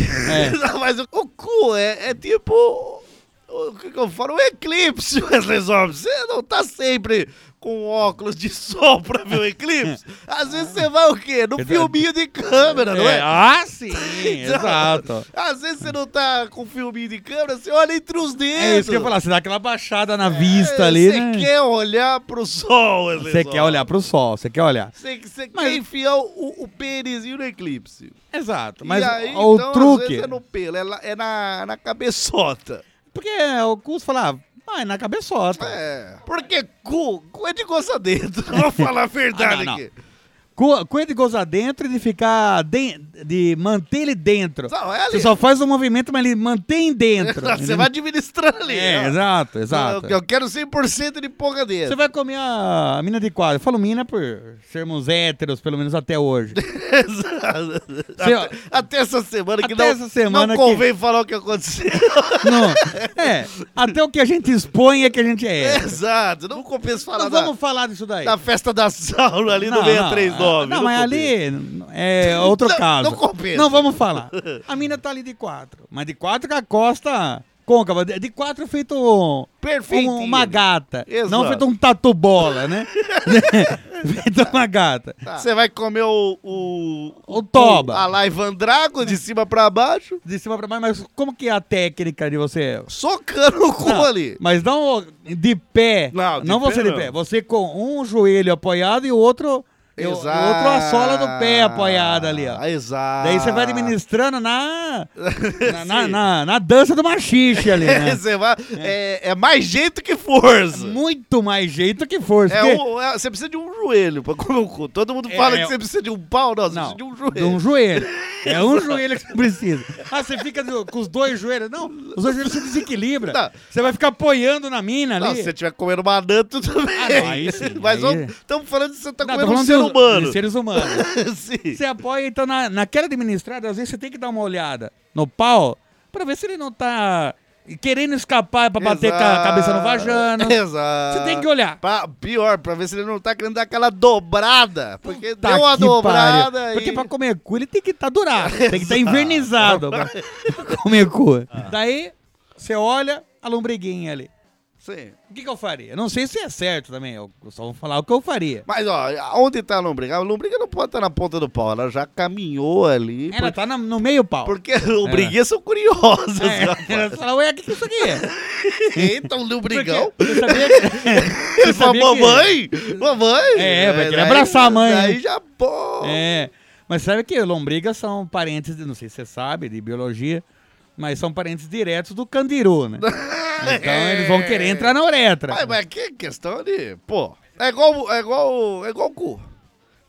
S3: É.
S2: [laughs] Não, mas o, o cu é, é tipo. o- O que que eu falo? O eclipse, [laughs] Wesley Zop. Você não tá sempre com óculos de sol pra ver o eclipse. Às vezes você vai o quê? No
S3: Verdade.
S2: filminho de câmera, não é?
S3: Ah,
S2: [laughs]
S3: sim,
S2: Então,
S3: exato.
S2: Às vezes você não tá com filminho de câmera, você olha entre os dedos.
S3: É isso que eu ia falar, você dá aquela baixada na vista
S2: É,
S3: ali,
S2: Você
S3: né?
S2: quer olhar pro sol, Wesley
S3: Você
S2: Zop.
S3: quer olhar pro sol, você quer olhar.
S2: Você, você
S3: Mas-
S2: quer enfiar o, o pênisinho no eclipse.
S3: Exato, mas
S2: e aí,
S3: o, o
S2: então, Às
S3: truque...
S2: vezes é no pelo, é, lá- é na, na cabeçota.
S3: Porque o curso fala, ah, vai na cabeçota.
S2: É. Porque cu, cu é de goza dentro. [laughs] Vamos falar a verdade
S3: Ah, não, não.
S2: aqui.
S3: Cu, cu é de gozar dentro e de ficar. De, de manter ele dentro.
S2: Só, é ali.
S3: Você
S2: [laughs]
S3: só faz o movimento, mas ele mantém dentro.
S2: Você
S3: entendeu?
S2: vai administrar ali.
S3: É,
S2: ó.
S3: exato, exato.
S2: Eu, eu quero 100% de porra
S3: Você
S2: dentro.
S3: vai comer a, a mina de quadro. Eu falo mina por sermos héteros, pelo menos até hoje.
S2: [laughs] Exato.
S3: Você-
S2: até, até essa semana que
S3: Até
S2: não,
S3: essa semana
S2: não
S3: que-
S2: convém falar o que aconteceu.
S3: Não, é, até o que a gente expõe é que a gente [laughs] é hétero.
S2: Exato. Não compensa falar
S3: Não
S2: da,
S3: vamos falar disso daí.
S2: da festa da sauna ali
S3: Não,
S2: no 639.
S3: Não, mas
S2: compensa.
S3: ali é outro
S2: [laughs] Não-
S3: caso.
S2: não compensa.
S3: Não vamos falar. A mina tá ali de quatro. Mas de quatro com a costa côncava. De de quatro feito um-
S2: Perfeitinho.
S3: um- uma gata.
S2: Exato.
S3: Não feito um tatu
S2: [laughs]
S3: bola, né? [laughs] feito uma gata.
S2: Tá. Você vai comer o. O,
S3: O toba.
S2: A live Andrago de cima pra baixo,
S3: De cima pra baixo. Mas como que é a técnica de você...
S2: socando o cu
S3: Não,
S2: ali.
S3: Mas não de pé.
S2: Não, de pé
S3: você de
S2: não.
S3: pé. Você com um joelho apoiado e o outro... e o- e o outro a sola do pé apoiada ali, ó.
S2: Exato.
S3: Daí você vai administrando
S2: [laughs]
S3: na, na, na,
S2: Ah. Sim.
S3: na- na dança do machixe ali,
S2: [laughs]
S3: né? É
S2: Você vai- é. é mais jeito que força.
S3: Muito mais jeito que força.
S2: É
S3: porque-
S2: um- é- você precisa de um joelho pra comer o cu. Todo mundo
S3: É,
S2: fala
S3: é-
S2: que você precisa de um pau, não, você
S3: Não,
S2: precisa de um joelho.
S3: de um joelho. É um joelho que você precisa. Ah, você fica do- com os dois joelhos. Não, os dois joelhos se desequilibra.
S2: Não.
S3: Você vai ficar apoiando na mina ali. Ah,
S2: Não, se você estiver comendo uma anã, tudo bem.
S3: não, aí sim,
S2: [laughs] Mas
S3: aí-
S2: estamos falando que você tá
S3: Não, tô
S2: comendo um
S3: falando
S2: ser
S3: dos-
S2: humano.
S3: dos
S2: [laughs]
S3: seres humanos.
S2: Sim.
S3: Você apoia, então, na, naquela administrada, às vezes você tem que dar uma olhada no pau pra ver se ele não tá querendo escapar pra bater com a
S2: Exato.
S3: cabeça no
S2: [laughs]
S3: vagina.
S2: Exato.
S3: Você tem que olhar.
S2: Pra- pior, pra ver se ele não tá querendo dar aquela dobrada. Porque
S3: Tá
S2: deu uma
S3: que
S2: dobrada
S3: pariu.
S2: aí.
S3: Porque pra comer cu ele tem que estar durado, tem
S2: [laughs]
S3: que estar invernizado pra pra comer cu.
S2: Ah.
S3: Daí, você olha a lombriguinha ali.
S2: Sim.
S3: O que, que eu faria? Eu não sei se é certo também, eu eu só vou falar o que eu faria.
S2: Mas, ó, onde tá a lombriga? A lombriga não pode estar na ponta do pau. Ela já caminhou ali.
S3: Ela tá na- no meio pau.
S2: Porque [laughs] lombriguinhas são curiosas.
S3: É,
S2: rapaz.
S3: [laughs] ela fala, ué, o que, que é isso aqui é?
S2: Eita, um lombrigão.
S3: Porque Você
S2: [laughs]
S3: sabia que...
S2: Ele falou, mamãe, mamãe.
S3: É, vai querer abraçar a mãe, né?
S2: Aí já, pô.
S3: É, mas sabe que lombrigas são parentes, de- não sei se você sabe, de biologia, mas são parentes diretos do
S2: [laughs]
S3: candiru, né? Então eles vão querer entrar na uretra.
S2: Mas, mas que questão de. Pô, é igual, é igual, é igual o cu.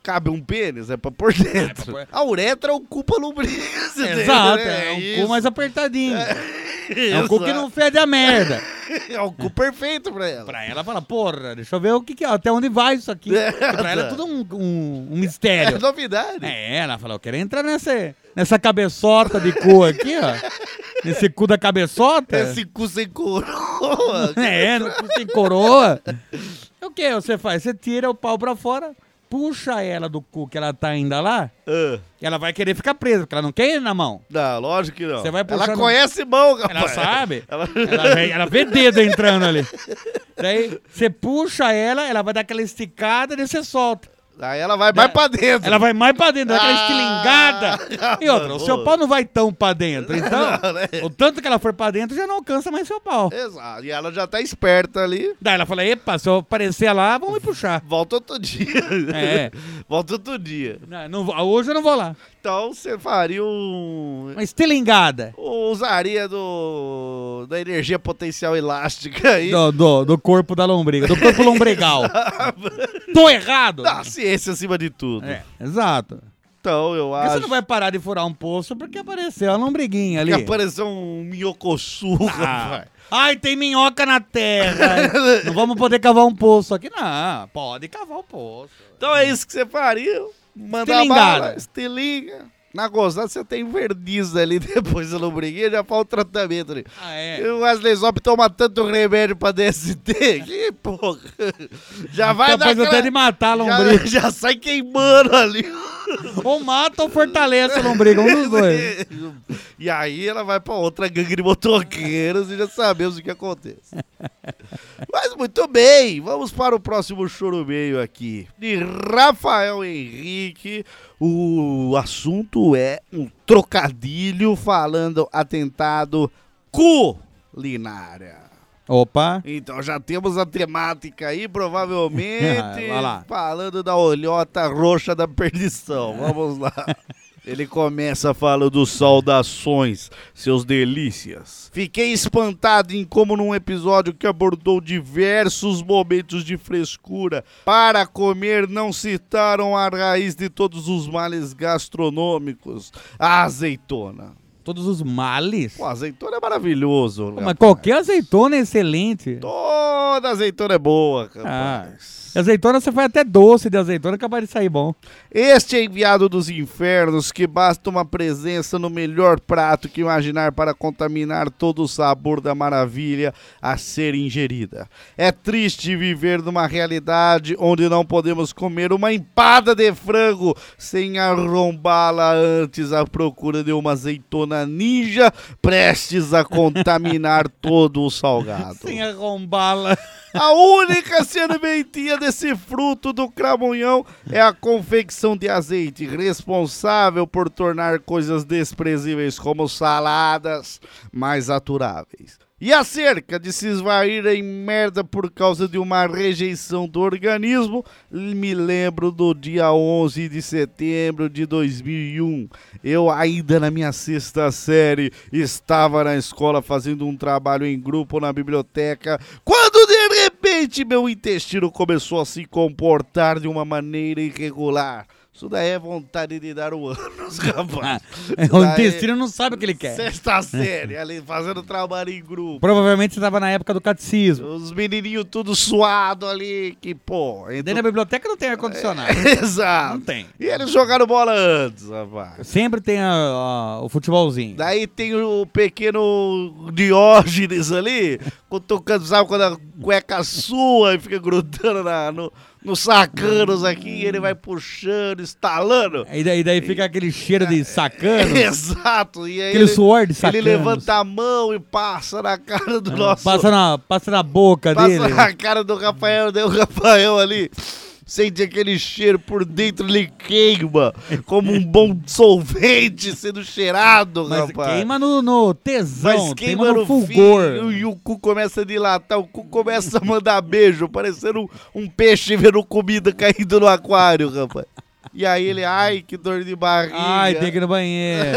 S2: Cabe um pênis, é pra pôr dentro.
S3: pra pôr-
S2: A uretra é ocupa a lombriz. entendeu?
S3: Exato, é, um
S2: isso.
S3: cu mais apertadinho. É um
S2: Exato.
S3: cu que não fede a merda.
S2: É um cu perfeito pra ela.
S3: Pra ela fala, porra, deixa eu ver o que, que é, até onde vai isso aqui.
S2: É,
S3: Porque pra ela é
S2: tá.
S3: tudo um, um- um
S2: É
S3: mistério.
S2: novidade.
S3: É, ela fala, eu quero entrar nessa, nessa cabeçota de cu aqui, ó. Nesse cu da cabeçota.
S2: Esse cu sem coroa.
S3: [laughs] É, não tem coroa. O que você faz? Você tira o pau pra fora, puxa ela do cu que ela tá ainda lá,
S2: Ah,
S3: e ela vai querer ficar presa, porque ela não quer ir na mão.
S2: Não, lógico que não.
S3: Você vai
S2: ela
S3: puxando-
S2: conhece mão, rapaz.
S3: Ela sabe.
S2: Ela-
S3: Ela... vê- ela vê dedo entrando ali. Daí você puxa ela, ela vai dar aquela esticada e você solta.
S2: [laughs] Aí ela vai mais pra dentro.
S3: Ela vai mais pra dentro, dá aquela
S2: Ah,
S3: estilingada. E outra, o seu
S2: boa.
S3: pau não vai tão pra dentro. Então,
S2: Não, né?
S3: o tanto que ela for pra dentro já não alcança mais seu pau.
S2: Exato. E ela já tá esperta ali.
S3: Daí ela fala: epa, se eu aparecer lá, vão me puxar.
S2: Volta outro dia.
S3: É.
S2: [laughs] Volta outro dia.
S3: Não, não vou- hoje eu não vou lá.
S2: Então você faria um.
S3: Uma estilingada
S2: Usaria do. da energia potencial elástica aí. [laughs]
S3: do, do, do corpo da lombriga, do corpo lombrigal. Tô errado?
S2: Tá. Da ciência acima de tudo.
S3: É, exato.
S2: Então, eu
S3: Porque
S2: acho.
S3: você não vai parar de furar um poço porque apareceu a lombriguinha ali. Ah.
S2: que apareceu um minhocossu, rapaz.
S3: Ai, tem minhoca
S2: [laughs]
S3: na terra. não vamos poder cavar um poço aqui. Não, pode cavar o poço.
S2: Então é isso que você faria. Mandar
S3: Estilingada.
S2: bala, estilinga. Na gozada você tem verniz ali [laughs] depois da lombriguinha, já faz o tratamento ali.
S3: Ah,
S2: E
S3: é.
S2: o Wesley Zop toma tanto remédio pra DST que, porra, já vai dar
S3: Capaz até de
S2: aquela...
S3: matar a
S2: já,
S3: lombriga.
S2: já sai queimando ali.
S3: Ou mata ou fortalece a lombriga, um
S2: [laughs]
S3: dos dois.
S2: E aí ela vai pra outra gangue de motoqueiros e já sabemos o que
S3: [laughs]
S2: acontece. Mas muito bem, vamos para o próximo choro meio aqui. De Rafael Henrique. O assunto é um trocadilho falando atentado culinária.
S3: Opa.
S2: Então já temos a temática aí, provavelmente
S3: [laughs] Vai lá. É.
S2: falando da olhota roxa da perdição. Vamos lá. Ele começa falando saudações, seus delícias. Fiquei espantado em como num episódio que abordou diversos momentos de frescura para comer não citaram a raiz de todos os males gastronômicos, a azeitona.
S3: Todos os males.
S2: Pô, azeitona é maravilhoso.
S3: Mas
S2: rapaz.
S3: qualquer azeitona é excelente.
S2: Toda azeitona é boa,
S3: Ah.
S2: rapaz.
S3: Azeitona você faz até doce de azeitona, capaz de sair bom.
S2: Este é enviado dos infernos que basta uma presença no melhor prato que imaginar para contaminar todo o sabor da maravilha a ser ingerida. É triste viver numa realidade onde não podemos comer uma empada de frango sem arrombá-la antes à procura de uma azeitona ninja prestes a contaminar todo o salgado.
S3: Sem arrombá-la.
S2: A única serventia desse fruto do cramunhão é a confecção de azeite, responsável por tornar coisas desprezíveis como saladas mais aturáveis. E a cerca de se esvair em merda por causa de uma rejeição do organismo, me lembro do dia 11 de setembro de 2001. Eu ainda na minha sexta série estava na escola fazendo um trabalho em grupo na biblioteca quando de repente meu intestino começou a se comportar de uma maneira irregular. Isso daí é vontade de dar o [laughs] ânus, rapaz. Isso
S3: É o
S2: daí-
S3: intestino não sabe o que ele quer.
S2: Sexta série, ali fazendo trabalho em grupo.
S3: Provavelmente você tava na época do catecismo.
S2: Os menininhos tudo suado ali, que pô.
S3: Dentro da
S2: Entrou...
S3: biblioteca não tem ar-condicionado.
S2: [laughs] Exato.
S3: Não tem.
S2: E eles jogaram bola antes, rapaz.
S3: Sempre tem a- a- o futebolzinho.
S2: Daí tem o pequeno Diógenes ali, [laughs] tocando, sabe, quando a cueca sua e fica grudando na, no, nos sacanos aqui, e ele vai puxando, estalando.
S3: E daí, daí fica aquele cheiro de
S2: [laughs]
S3: sacano.
S2: Exato. E aí
S3: Aquele suor
S2: É.
S3: de
S2: ele
S3: sacanos. Ah,
S2: levanta a mão e passa na cara do nosso
S3: Passa na, passa na boca
S2: Passa
S3: dele.
S2: na cara do Rafael, deu o Rafael ali. Sente aquele cheiro por dentro, ele queima. Como um bom solvente sendo cheirado,
S3: Mas
S2: rapaz.
S3: queima no, no
S2: Mas queima
S3: tesão, queima no
S2: fio
S3: fulgor.
S2: e o cu começa a dilatar, o cu começa a mandar beijo, parecendo um, um peixe vendo comida caindo no aquário, rapaz. E aí ele, ai, que dor de barriga.
S3: Ai, tem que ir no banheiro.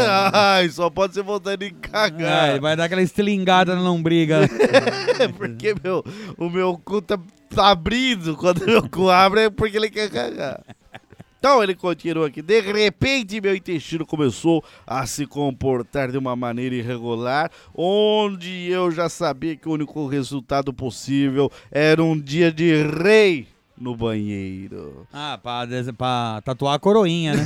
S2: [laughs] Ah, Ai, só pode ser vontade de cagar.
S3: Ai, vai dar aquela estilingada
S2: [laughs]
S3: na lombriga.
S2: É porque meu, o meu cu tá, tá abrindo. Quando meu cu abre é porque ele quer cagar. Então ele continua aqui. De repente, meu intestino começou a se comportar de uma maneira irregular, onde eu já sabia que o único resultado possível era um dia de rei no banheiro.
S3: ah, pra, des- pra tatuar a coroinha, né?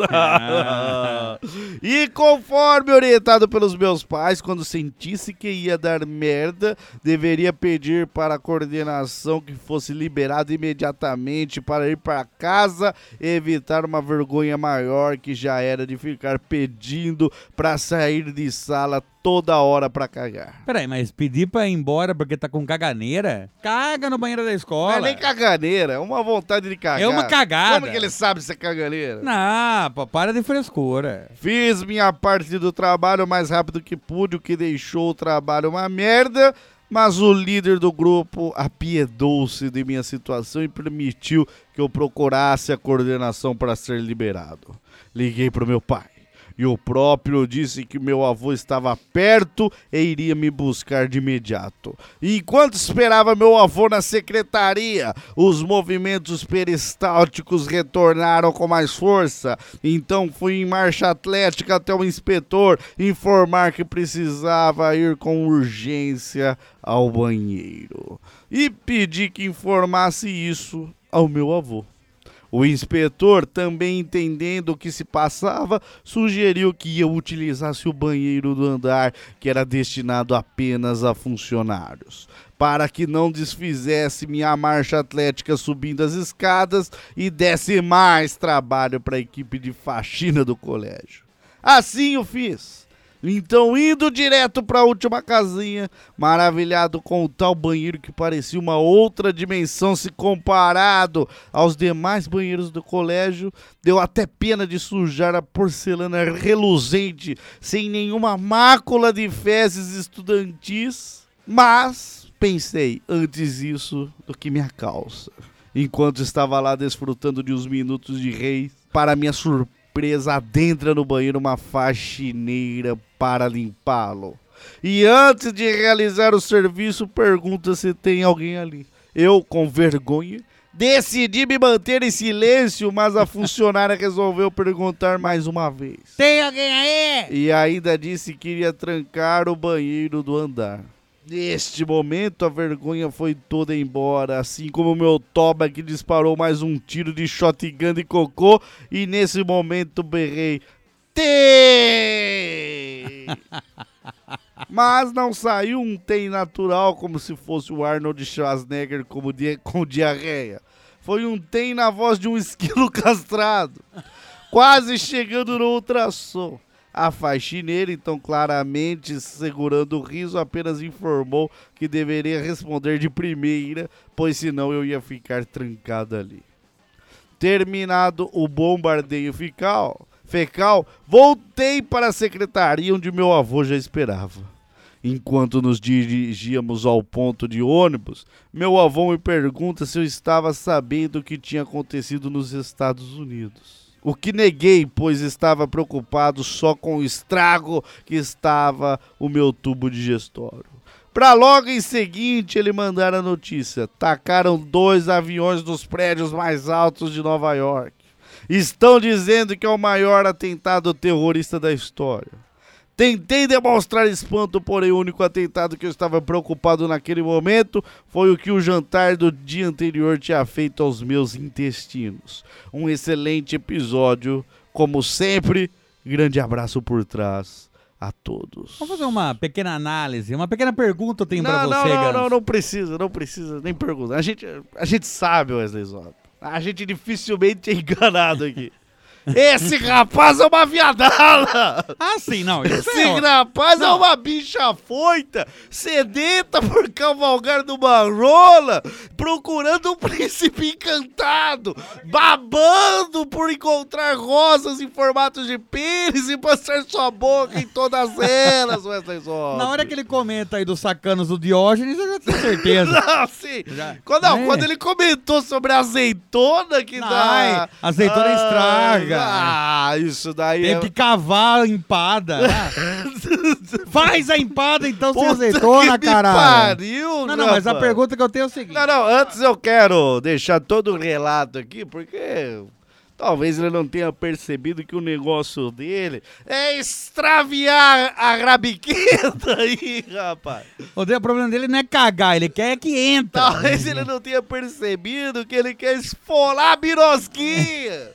S2: Exato. [laughs] E conforme orientado pelos meus pais, quando sentisse que ia dar merda, deveria pedir para a coordenação que fosse liberado imediatamente para ir para casa e evitar uma vergonha maior que já era de ficar pedindo para sair de sala toda hora para cagar.
S3: Peraí, mas pedir pra ir embora porque tá com caganeira? Caga no banheiro da
S2: Não
S3: escola.
S2: é nem caganeira, é uma vontade de cagar.
S3: É uma cagada.
S2: Como que ele sabe se é caganeira?
S3: Não, pô, para de frescura.
S2: Fiz minha parte do trabalho o mais rápido que pude, o que deixou o trabalho uma merda, mas o líder do grupo apiedou-se de minha situação e permitiu que eu procurasse a coordenação para ser liberado. Liguei pro meu pai. E E o próprio disse que meu avô estava perto e iria me buscar de imediato. E enquanto esperava meu avô na secretaria, os movimentos peristálticos retornaram com mais força. Então fui em marcha atlética até o inspetor informar que precisava ir com urgência ao banheiro. E pedi que informasse isso ao meu avô. O inspetor, também entendendo o que se passava, sugeriu que eu utilizasse o banheiro do andar, que era destinado apenas a funcionários, para que não desfizesse minha marcha atlética subindo as escadas e desse mais trabalho para a equipe de faxina do colégio. Assim eu fiz. Então, indo direto para a última casinha, maravilhado com o tal banheiro que parecia uma outra dimensão se comparado aos demais banheiros do colégio, deu até pena de sujar a porcelana reluzente, sem nenhuma mácula de fezes estudantis. Mas pensei antes isso do que minha calça. Enquanto estava lá desfrutando de uns minutos de rei, para minha surpresa, surpresa, adentra no banheiro uma faxineira para limpá-lo. E antes de realizar o serviço, pergunta se tem alguém ali. Eu, com vergonha, decidi me manter em silêncio, mas a funcionária resolveu perguntar mais uma vez.
S3: Tem alguém aí?
S2: E ainda disse que iria trancar o banheiro do andar. Neste momento, a vergonha foi toda embora, assim como o meu toba que disparou mais um tiro de shotgun de cocô, e nesse momento berrei. Tem! Mas não saiu um tem natural como se fosse o Arnold Schwarzenegger como di- [laughs] com diarreia. Foi um tem na voz de um esquilo [laughs] castrado, quase chegando no ultrassom. A faxineira, então claramente segurando o riso, apenas informou que deveria responder de primeira, pois senão eu ia ficar trancado ali. Terminado o bombardeio fecal, fecal, voltei para a secretaria onde meu avô já esperava. Enquanto nos dirigíamos ao ponto de ônibus, meu avô me pergunta se eu estava sabendo o que tinha acontecido nos Estados Unidos. O que neguei, pois estava preocupado só com o estrago que estava o meu tubo digestório. Pra logo em seguinte ele mandar a notícia: tacaram dois aviões dos prédios mais altos de Nova York. Estão dizendo que é o maior atentado terrorista da história. Tentei demonstrar espanto, porém o único atentado que eu estava preocupado naquele momento foi o que o jantar do dia anterior tinha feito aos meus intestinos. Um excelente episódio, como sempre. Grande abraço por trás a todos.
S3: Vamos fazer uma pequena análise, uma pequena pergunta eu tenho pra
S2: Não, não,
S3: você,
S2: não,
S3: Gans.
S2: não, não precisa, não precisa nem perguntar. A gente, a gente sabe, Wesley Zop. A gente dificilmente é enganado
S3: [laughs]
S2: aqui. Esse rapaz é uma viadala!
S3: Ah, sim, não. Isso
S2: Esse
S3: é ótimo.
S2: rapaz é uma bicha foita, sedenta por cavalgar numa rola, procurando um [laughs] príncipe encantado, babando por encontrar rosas em formatos de pênis e passar sua boca em todas elas, Wesley Zop.
S3: Na hora que ele comenta aí dos sacanos do Diógenes, eu já tenho
S2: [laughs]
S3: certeza.
S2: Não, sim.
S3: Já-
S2: Quando, não,
S3: É.
S2: quando ele comentou sobre a azeitona que
S3: Não,
S2: dá.
S3: azeitona estraga.
S2: Ah, isso daí é. [laughs]
S3: Tem que cavar a empada. Ah, Faz a empada então sem
S2: Puta
S3: azeitona,
S2: que me
S3: caralho.
S2: Pariu,
S3: Não, não, mas a
S2: rapaz.
S3: pergunta que eu tenho é o seguinte.
S2: Não, não, antes eu quero deixar todo o relato aqui, porque talvez ele não tenha percebido que o negócio dele é extraviar a rabiqueta [laughs] aí, rapaz.
S3: O de- o problema dele não é cagar, ele quer que entra.
S2: Talvez ele não tenha percebido que ele quer esfolar a
S3: [laughs]
S2: birosquinha.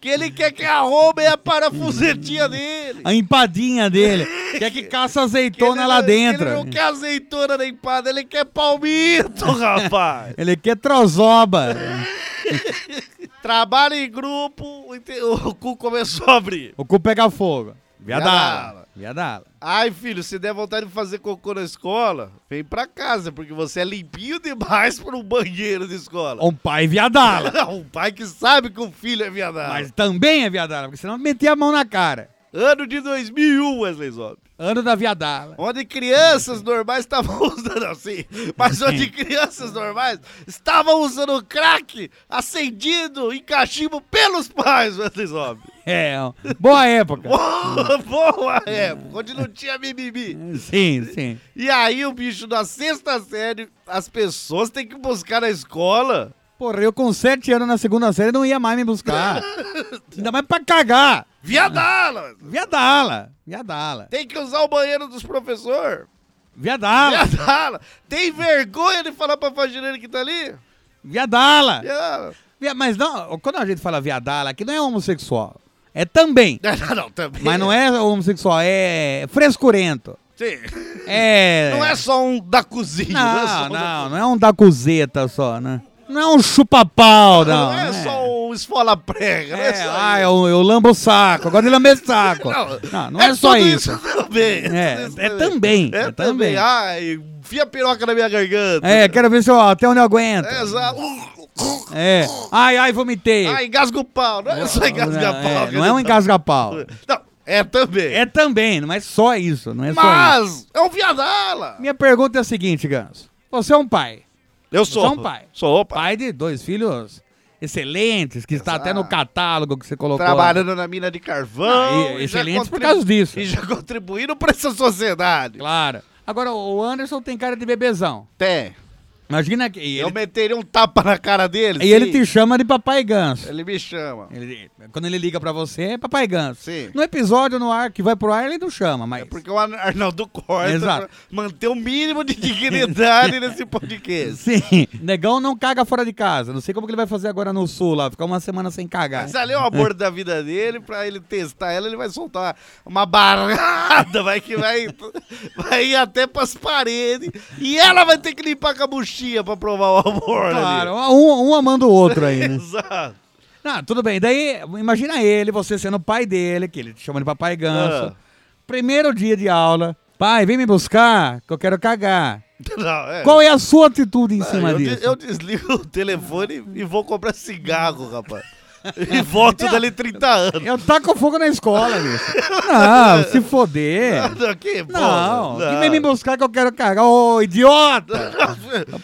S2: Que ele quer que arrombem a parafusetinha dele.
S3: A empadinha dele. Quer que caça
S2: Que ele
S3: azeitona lá
S2: não- que
S3: dentro.
S2: Ele não quer azeitona nem empada, ele quer
S3: [laughs]
S2: palmito, rapaz.
S3: Ele quer trozoba.
S2: Trabalho em grupo, ente- o cu começou a abrir.
S3: o cu pega fogo. Viadala.
S2: Viadala.
S3: Viadala.
S2: Ai, filho, se der vontade de fazer cocô na escola, vem pra casa, porque você é limpinho demais pra um banheiro de escola.
S3: Um pai viadala.
S2: [laughs] Um pai que sabe que o filho é viadado.
S3: Mas também é viadala, porque senão metia a mão na cara.
S2: Ano de 2001, Wesley Zop.
S3: Ano da viadala.
S2: Onde crianças normais estavam [laughs] usando assim, mas onde crianças normais estavam usando crack acendido em cachimbo pelos pais, vocês
S3: [laughs]
S2: homens.
S3: É, ó, boa época.
S2: Boa, boa época, onde não tinha mimimi.
S3: Sim, sim.
S2: E aí o bicho na sexta série, as pessoas têm que buscar na escola.
S3: Porra, eu com sete anos na segunda série não ia mais me buscar. Ainda mais pra cagar.
S2: Viadala!
S3: Viadala. Viadala.
S2: Tem que usar o banheiro dos professores.
S3: Viadala.
S2: Viadala! Tem vergonha de falar pra faxineira que tá ali?
S3: Viadala.
S2: Viadala!
S3: Via- Mas não, quando a gente fala viadala, aqui não é homossexual. É também.
S2: Não, [laughs] não, não, também.
S3: Mas não é homossexual, é frescurento.
S2: Sim.
S3: É.
S2: Não é só um da cozinha. é só um
S3: Não, não, não é um da cozeta só, né? Não é um chupa-pau,
S2: da...
S3: não.
S2: não é
S3: né?
S2: só um esfola prega. não é
S3: É,
S2: só
S3: ah, eu, eu lambo o saco, agora ele lambe saco. Não, não, é, só
S2: tudo
S3: isso.
S2: também.
S3: É,
S2: tudo isso
S3: é também,
S2: É
S3: é
S2: também.
S3: também.
S2: Ai, enfia a piroca na minha garganta.
S3: É, quero ver se eu, até onde eu aguento.
S2: É, Exato.
S3: É. Ai, ai, vomitei.
S2: uh, Ah, engasga o pau. Não é só engasgar pau.
S3: Não, é,
S2: quer
S3: não é
S2: dizer,
S3: um engasga-pau.
S2: Não, é também.
S3: É também, não é só isso, não é só isso.
S2: Mas é um viadala.
S3: Minha pergunta é a seguinte, Ganso. Você é um pai.
S2: Eu sou.
S3: São Então, pai.
S2: Sou pai.
S3: Pai de dois filhos excelentes, que está
S2: Exato.
S3: até no catálogo que você colocou.
S2: Trabalhando na mina de carvão.
S3: Ah, e-
S2: e já
S3: excelentes por
S2: contribu-
S3: causa disso.
S2: E já contribuindo pra essa sociedade.
S3: Claro. Agora, o Anderson tem cara de bebezão.
S2: Tem.
S3: Imagina que. E
S2: Eu
S3: ele,
S2: meteria um tapa na cara dele.
S3: e ele
S2: sim.
S3: te chama de papai ganso.
S2: Ele me chama.
S3: Ele- quando ele liga pra você, é papai ganso.
S2: Sim.
S3: No episódio no ar que vai pro ar, ele não chama, mas.
S2: É porque o Ar- Arnaldo corta
S3: Exato.
S2: pra manter o mínimo de dignidade [laughs] nesse podcast.
S3: Sim. Negão não caga fora de casa. Não sei como que ele vai fazer agora no sul lá, ficar uma semana sem cagar.
S2: Mas ali é o amor da vida dele, pra ele testar ela, ele vai soltar uma barrada, vai que vai, vai ir até pras paredes. E ela vai ter que limpar com a buchinha pra provar o amor
S3: Claro,
S2: ali.
S3: um, um amando o outro aí, né?
S2: Exato.
S3: Ah, tudo bem. Daí, imagina ele, você sendo o pai dele, que ele te chama de papai ganso.
S2: Ah.
S3: Primeiro dia de aula. Pai, vem me buscar, que eu quero cagar.
S2: Não, é. Ah,
S3: Qual é a sua atitude em cima
S2: eu, de-
S3: disso?
S2: eu desligo o telefone e vou comprar cigarro, rapaz. E volto dali 30 anos.
S3: Eu taco fogo na escola,
S2: [laughs]
S3: bicho. Não, se foder.
S2: Não, que
S3: Não,
S2: porra,
S3: que vem
S2: [laughs]
S3: me buscar que eu quero cagar. Ô, idiota!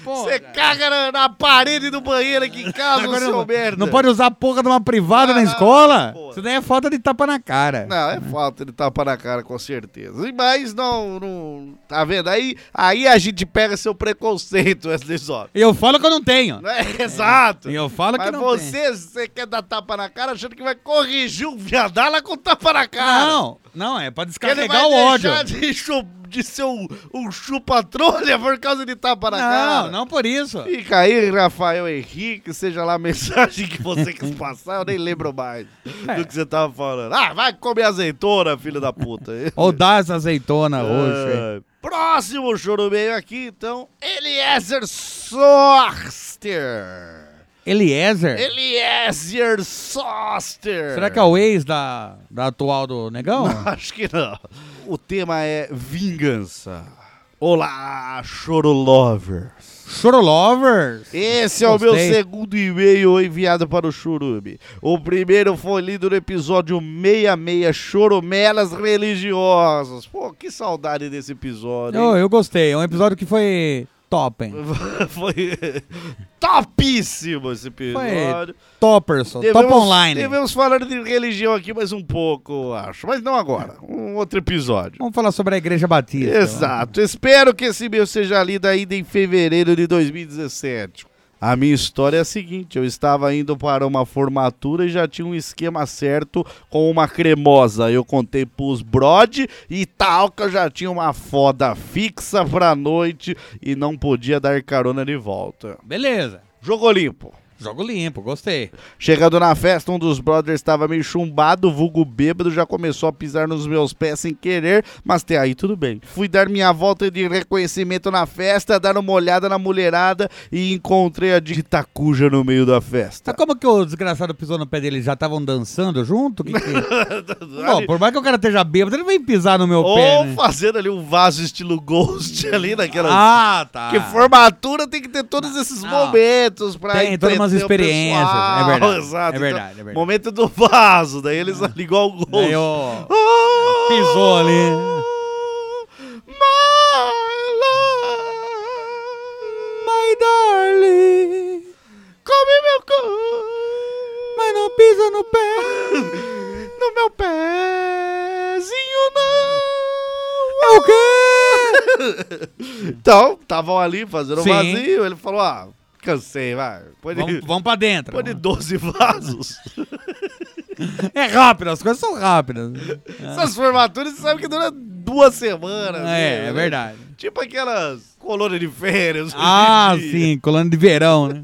S2: Você caga na, na parede do banheiro aqui
S3: [laughs]
S2: em casa,
S3: Agora
S2: seu
S3: não,
S2: merda.
S3: não pode usar a porra de uma privada na
S2: Ah,
S3: escola?
S2: porra.
S3: Isso daí é falta de tapa na cara.
S2: Não, é falta de tapa na cara, com certeza. E Mas não, não. Tá vendo? Aí, aí a gente pega seu preconceito, Wesley Zop.
S3: Eu falo que eu não tenho.
S2: Não é? Exato.
S3: Eu falo que
S2: Mas
S3: não tenho.
S2: você, você quer dar tapa na cara achando que vai corrigir um viadala com tapa na cara.
S3: Não, não, é pra
S2: Que ele
S3: descarregar
S2: vai
S3: o ódio.
S2: deixar de, chu- de ser um, um chupa-trolha por causa de tapa na cara.
S3: Não, não por isso.
S2: Fica aí, Rafael Henrique, seja lá a mensagem que você
S3: [laughs]
S2: quis passar, eu nem lembro mais
S3: É.
S2: do que você tava falando. Ah, vai comer azeitona, filho da puta.
S3: Ou dá essa azeitona roxa. aí.
S2: Ah, Próximo choro meio aqui, então, Eliezer Soster.
S3: Eliezer?
S2: Eliezer Soster.
S3: É. Será que é o ex da, da atual do Negão?
S2: Acho que não. O tema é vingança. Olá, choro lover.
S3: Choro Lovers?
S2: Esse é o
S3: Gostei.
S2: meu segundo e-mail enviado para o Churume. O primeiro foi lido no episódio 66, Choromelas Religiosas. Pô, que saudade desse episódio.
S3: Eu,
S2: hein?
S3: eu gostei. É um episódio que foi top, hein?
S2: [laughs] Foi topíssimo esse episódio. um-
S3: Topperson, top online.
S2: Devemos falar de religião aqui mais um pouco, eu acho. Mas não agora, um outro episódio.
S3: Vamos falar sobre a Igreja Batista. né?
S2: Exato. Espero que esse meu seja lido ainda em fevereiro de 2017. A minha história é a seguinte: eu estava indo para uma formatura e já tinha um esquema certo com uma cremosa. Eu contei pros brode e tal que eu já tinha uma foda fixa pra noite e não podia dar carona de volta.
S3: Beleza.
S2: Jogo limpo.
S3: Jogo limpo, gostei.
S2: Chegando na festa, um dos brothers estava meio chumbado, vulgo bêbado, já começou a pisar nos meus pés sem querer, mas até aí tudo bem. Fui dar minha volta de reconhecimento na festa, dar uma olhada na mulherada e encontrei a de Itacuja no meio da festa. [laughs]
S3: Tá como que o desgraçado pisou no pé dele? Já estavam dançando junto? Que
S2: [laughs]
S3: que- Bom, por mais que o cara esteja bêbado, ele vem pisar no meu pé.
S2: Ou
S3: né?
S2: fazendo ali um vaso estilo ghost [laughs] ali naquela.
S3: Ah, tá.
S2: Que formatura tem que ter todos esses
S3: Não.
S2: momentos pra
S3: Tem
S2: entreter o
S3: todas umas experiências,
S2: pessoal.
S3: é verdade,
S2: [laughs] Exato. então,
S3: é verdade, é verdade.
S2: Momento do vaso, daí eles ligam o ghost.
S3: Daí, ó, Pisou ali. pisa no [laughs] pé.
S2: No meu pezinho, não!
S3: É o quê?
S2: [laughs] Então, estavam ali fazendo um
S3: Sim.
S2: vazio, ele falou, ah, cansei, vai. Põe de,
S3: Vamos, vamos pra dentro.
S2: põe de 12
S3: [laughs]
S2: vasos.
S3: É rápido, as coisas são rápidas.
S2: Essas formaturas, você sabe que dura duas semanas.
S3: É,
S2: né?
S3: é verdade.
S2: Tipo aquelas colônias de férias.
S3: Ah,
S2: [laughs] hoje em dia.
S3: sim, colando de verão, né?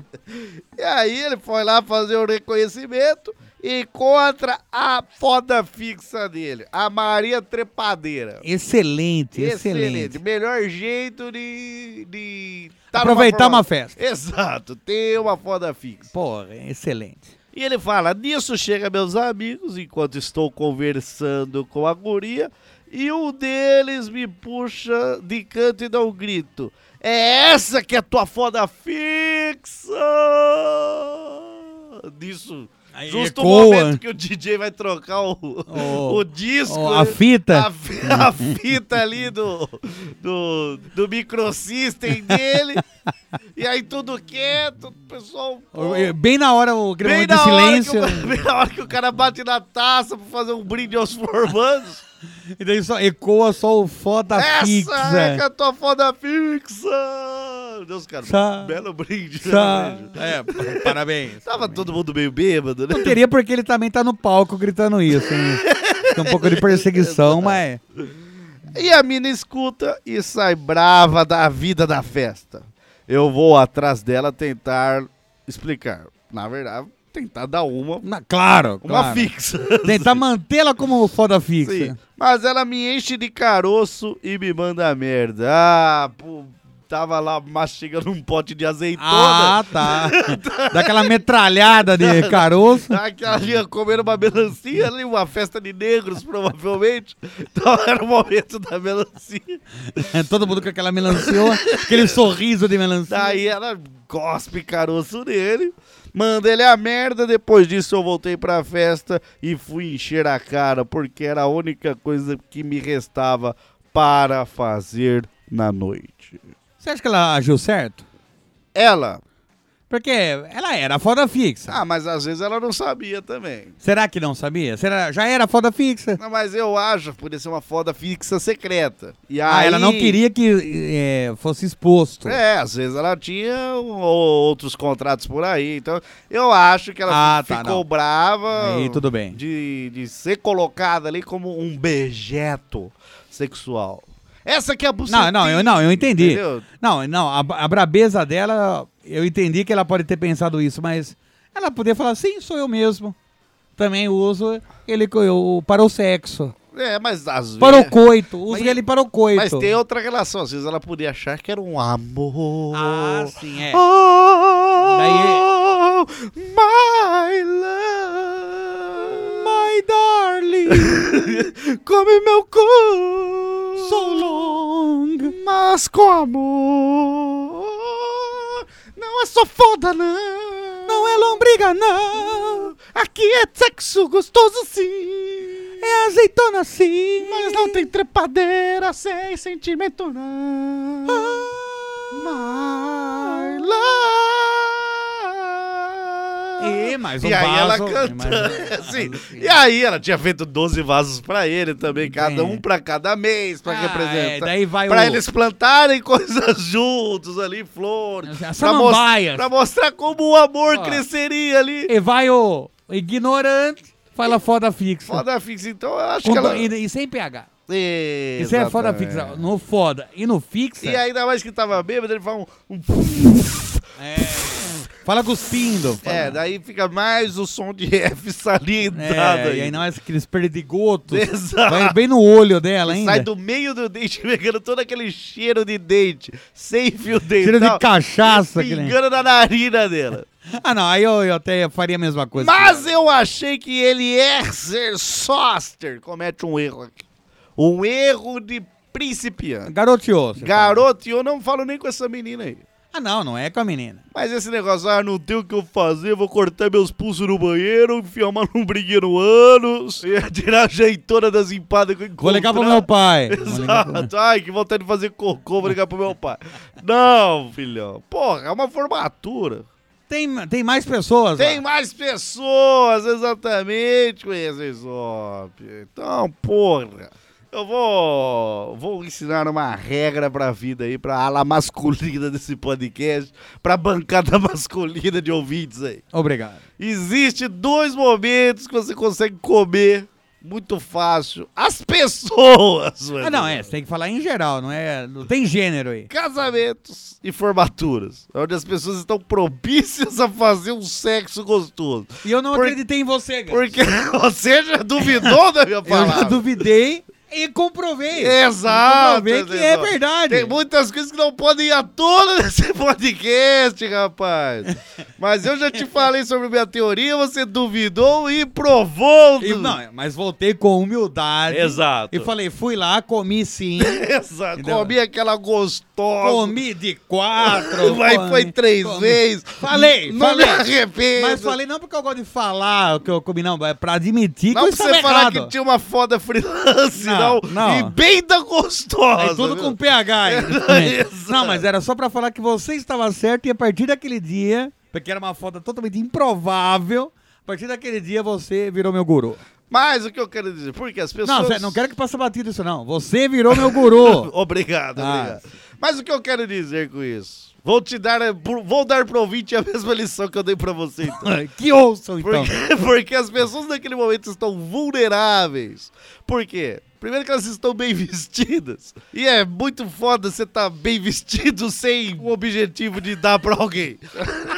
S2: E aí ele foi lá fazer o reconhecimento e encontra a foda fixa dele, a Maria Trepadeira.
S3: Excelente, é excelente.
S2: Melhor jeito de. de tá numa
S3: Aproveitar
S2: forma-
S3: uma festa.
S2: Exato, ter uma foda fixa.
S3: Porra, excelente.
S2: E ele fala: Nisso chega meus amigos, enquanto estou conversando com a guria, e um deles me puxa de canto e dá um grito: É essa que é tua foda fixa! Nisso.
S3: Aí
S2: Justo
S3: ecoa.
S2: o momento que o DJ vai trocar o, [laughs]
S3: O-
S2: o disco.
S3: o- a fita.
S2: A, fi- a fita ali do, do, do microsystem
S3: [laughs]
S2: dele. e aí tudo quieto, o pessoal. pô,
S3: Bem na hora o
S2: Bem
S3: gravador de
S2: na, hora que
S3: silêncio.
S2: o, bem na hora que o cara bate na taça pra fazer um brinde aos
S3: [laughs]
S2: formandos.
S3: E daí só ecoa só o foda
S2: Essa
S3: fixa.
S2: é que é a tua foda fixa! Deus, cara,
S3: Sa-
S2: belo brinde.
S3: Sa-
S2: né, velho?
S3: É, p- parabéns.
S2: Tava todo mundo meio bêbado, né?
S3: Não teria porque ele também tá no palco gritando isso, hein? Tem um pouco de
S2: [laughs]
S3: perseguição, mas.
S2: E a mina escuta e sai brava da vida da festa. Eu vou atrás dela tentar explicar. Na verdade, tentar dar uma, uma
S3: Na- claro, claro.
S2: fixa.
S3: Tentar mantê-la como foda fixa.
S2: Sim. Mas ela me enche de caroço e me manda a merda. Ah, pô, tava lá mastigando um pote de [laughs] azeitona.
S3: Ah, tá. Daquela
S2: [laughs]
S3: metralhada de caroço.
S2: Aquela ali ó, comendo uma melancia ali, uma festa de negros, provavelmente. Então era o momento da melancia.
S3: Todo mundo com aquela melancia, aquele sorriso de melancia.
S2: Daí ela cospe caroço nele, manda ele a merda. Depois disso eu voltei pra festa e fui encher a cara, porque era a única coisa que me restava para fazer na noite.
S3: Você acha que ela agiu certo?
S2: Ela
S3: Porque ela era foda fixa.
S2: Ah, mas às vezes ela não sabia também.
S3: Será que não sabia? Será já era foda fixa?
S2: Não, mas eu acho que podia ser uma foda fixa secreta. E
S3: Ah,
S2: aí-
S3: ela não queria que eh, fosse exposto.
S2: É, às vezes ela tinha um- ou- outros contratos por aí. Então, eu acho que ela
S3: Ah, tá,
S2: ficou
S3: não.
S2: brava
S3: Aí tudo bem.
S2: De, de ser colocada ali como um bejeto sexual. Essa que é a
S3: Não, não, eu não, eu entendi.
S2: Entendeu?
S3: Não, não, a, a brabeza dela, eu entendi que ela pode ter pensado isso, mas ela poderia falar, sim, sou eu mesmo. Também uso ele co- eu, para o sexo.
S2: É, mas às
S3: Para o então.
S2: vezes...
S3: coito, uso
S2: Mas-
S3: ele para o coito.
S2: Mas tem outra relação. Às vezes ela podia achar que era um amor.
S3: Ah, sim, é.
S2: Oh, my love,
S3: My darling,
S2: [laughs] come meu cu,
S3: so long.
S2: mas com amor, não é só foda não,
S3: Não é lombriga, não.
S2: aqui é sexo gostoso sim,
S3: É azeitona, sim.
S2: mas não tem trepadeira sem sentimento não, my love.
S3: E mais um
S2: E aí ela
S3: vaso,
S2: canta.
S3: mais um vaso,
S2: [laughs] assim.
S3: sim.
S2: E aí ela tinha feito 12 vasos pra ele também, cada um pra cada mês, pra
S3: Ah, é,
S2: representar.
S3: daí vai
S2: pra
S3: o-
S2: eles plantarem [laughs] coisas juntos ali, flores.
S3: As
S2: Pra, mos-
S3: samambaias.
S2: pra mostrar como o amor
S3: é Ó.
S2: cresceria ali.
S3: E vai o ignorante, fala foda fixa.
S2: Foda fixa, então eu acho
S3: Com
S2: que
S3: do-
S2: ela.
S3: e, e sem PH. Isso é
S2: Exatamente.
S3: foda fixa. No foda e no fixa.
S2: E ainda mais que tava bêbado, ele fala um. um
S3: É. Fala cuspindo. Fala.
S2: é, daí fica mais o som de [laughs] F
S3: É,
S2: salientado.
S3: e aí
S2: ainda.
S3: não é aqueles
S2: [laughs]
S3: perdigotos.
S2: Exato.
S3: Vai bem no olho dela ainda.
S2: Sai do meio do dente, [laughs] pegando todo aquele cheiro de dente, sem fio dental.
S3: Cheiro de cachaça. aquele-
S2: Pingando na narina dela.
S3: Ah, não. Aí eu, eu até faria a mesma coisa.
S2: Mas eu achei que ele, Erser Soster, comete um erro aqui. Um erro de principiante.
S3: Garoteou. você
S2: Garoto, e eu não falo nem com essa menina aí.
S3: fala. Ah, não. Não é com a menina.
S2: Mas esse negócio, ah, não tem o que eu fazer, vou cortar meus pulsos no banheiro, enfiar uma lombriguinha no ânus, e [laughs] tirar a jeitona das empadas que eu
S3: Vou ligar pro
S2: encontrar.
S3: meu pai. Vou ligar pro-
S2: Exato. Ai, que vontade de fazer cocô, vou ligar pro meu pai. Não, filhão. Porra, é uma formatura.
S3: Tem, tem mais pessoas.
S2: Tem
S3: lá.
S2: mais pessoas, exatamente, Wesley Zop. Então, porra, eu vou, vou ensinar uma regra pra vida aí, pra ala masculina desse podcast, pra bancada [laughs] masculina de ouvintes aí.
S3: Obrigado.
S2: Existe dois momentos que você consegue comer muito fácil. As pessoas, Wesley
S3: Ah, não,
S2: Zop.
S3: é. Você tem que falar em geral, não é? Não tem gênero aí.
S2: casamentos e formaturas, onde as pessoas estão propícias a fazer um sexo gostoso.
S3: E eu não
S2: Por-
S3: acreditei em você, cara.
S2: Porque [laughs] você já duvidou da minha
S3: [laughs] Eu já
S2: palavra.
S3: duvidei e comprovei.
S2: Exato.
S3: Comprovei que é
S2: entendeu?
S3: verdade.
S2: Tem muitas coisas que não podem ir à tona nesse [laughs] podcast, rapaz. Mas eu já
S3: [laughs]
S2: te falei sobre minha teoria, você duvidou e provou.
S3: E, não, mas voltei com humildade.
S2: Exato.
S3: E falei, fui lá, comi sim.
S2: [laughs] Exato.
S3: Entendeu?
S2: Comi aquela gostosa. [laughs]
S3: comi de quatro.
S2: Mas
S3: comi-
S2: foi três
S3: comi-
S2: vezes.
S3: Falei,
S2: não
S3: falei.
S2: me arrependo.
S3: Mas falei não porque eu gosto de falar o que eu comi, não. É pra admitir
S2: Não
S3: que
S2: pra
S3: eu estava
S2: você falar
S3: errado.
S2: que tinha uma foda freelance, não.
S3: Não, não.
S2: E bem da gostosa.
S3: É tudo
S2: viu?
S3: com
S2: [laughs]
S3: PH.
S2: É,
S3: ainda
S2: não,
S3: também.
S2: isso.
S3: não, mas era só pra falar que você estava certo e a partir daquele dia, porque era uma foto totalmente improvável, a partir daquele dia você virou meu guru.
S2: Mas o que eu quero dizer, porque as pessoas...
S3: Não, Zé, não quero que passe batido isso, não. Você virou
S2: [laughs]
S3: meu guru.
S2: Obrigado,
S3: Ah.
S2: obrigado. Mas o que eu quero dizer com isso? Vou te dar, eh, pro- vou dar pro ouvinte a [laughs] mesma lição que eu dei pra você, então.
S3: que ouçam, então.
S2: Porque, [laughs] porque as pessoas naquele momento estão vulneráveis. Por quê? Primeiro que elas estão bem [laughs] vestidas. E é muito foda você estar bem vestido sem o objetivo de dar pra
S3: [laughs]
S2: alguém.
S3: [laughs]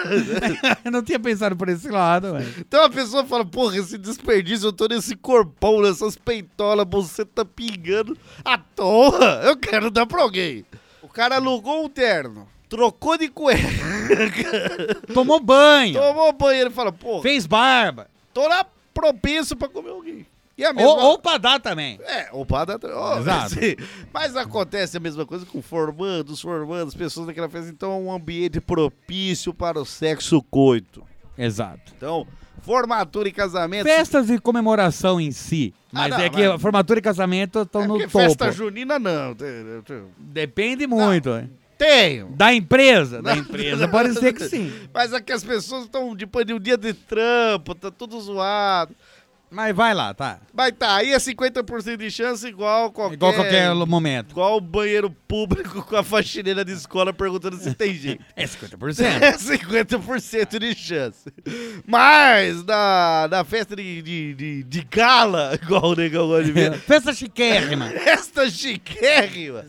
S3: Eu não tinha pensado por esse lado, velho.
S2: Então a pessoa fala, porra, esse desperdício, eu tô nesse corpão, nessas peitolas, você tá pingando à toa. Eu quero dar pra alguém. O cara alugou um terno, trocou de cueca, [laughs]
S3: Tomou banho,
S2: tomou banho, ele fala, porra,
S3: fez barba.
S2: tô lá propenso pra comer alguém. E a mesma...
S3: Ou, ou pra dar também.
S2: É, o padre oh,
S3: Exato.
S2: [laughs] sim. Mas acontece a mesma coisa com formandos, formandos, pessoas daquela festa. Então é um ambiente propício para o sexo coito.
S3: Exato.
S2: Então, formatura e casamento...
S3: Festas de comemoração em si. Mas
S2: Ah, não,
S3: é que
S2: mas-
S3: formatura e casamento estão
S2: É
S3: no
S2: porque
S3: topo.
S2: festa junina não. Tem, tem-
S3: Depende muito. hein?
S2: Tenho.
S3: Da empresa? [laughs] Da empresa, pode ser que sim.
S2: [laughs] Mas é que as pessoas estão de de um dia de trampo, tá tudo zoado.
S3: Mas vai lá, tá.
S2: Mas tá, aí é 50% de chance igual qualquer... um.
S3: Igual qualquer momento.
S2: Igual o banheiro público [laughs] com a faxineira de escola perguntando se tem jeito.
S3: [laughs] É 50%.
S2: [laughs] É 50% de chance. Mas na, na festa de, de, de, de gala, [laughs] igual o negão gosta de ver,
S3: Festa chiquérrima.
S2: festa chiquérrima,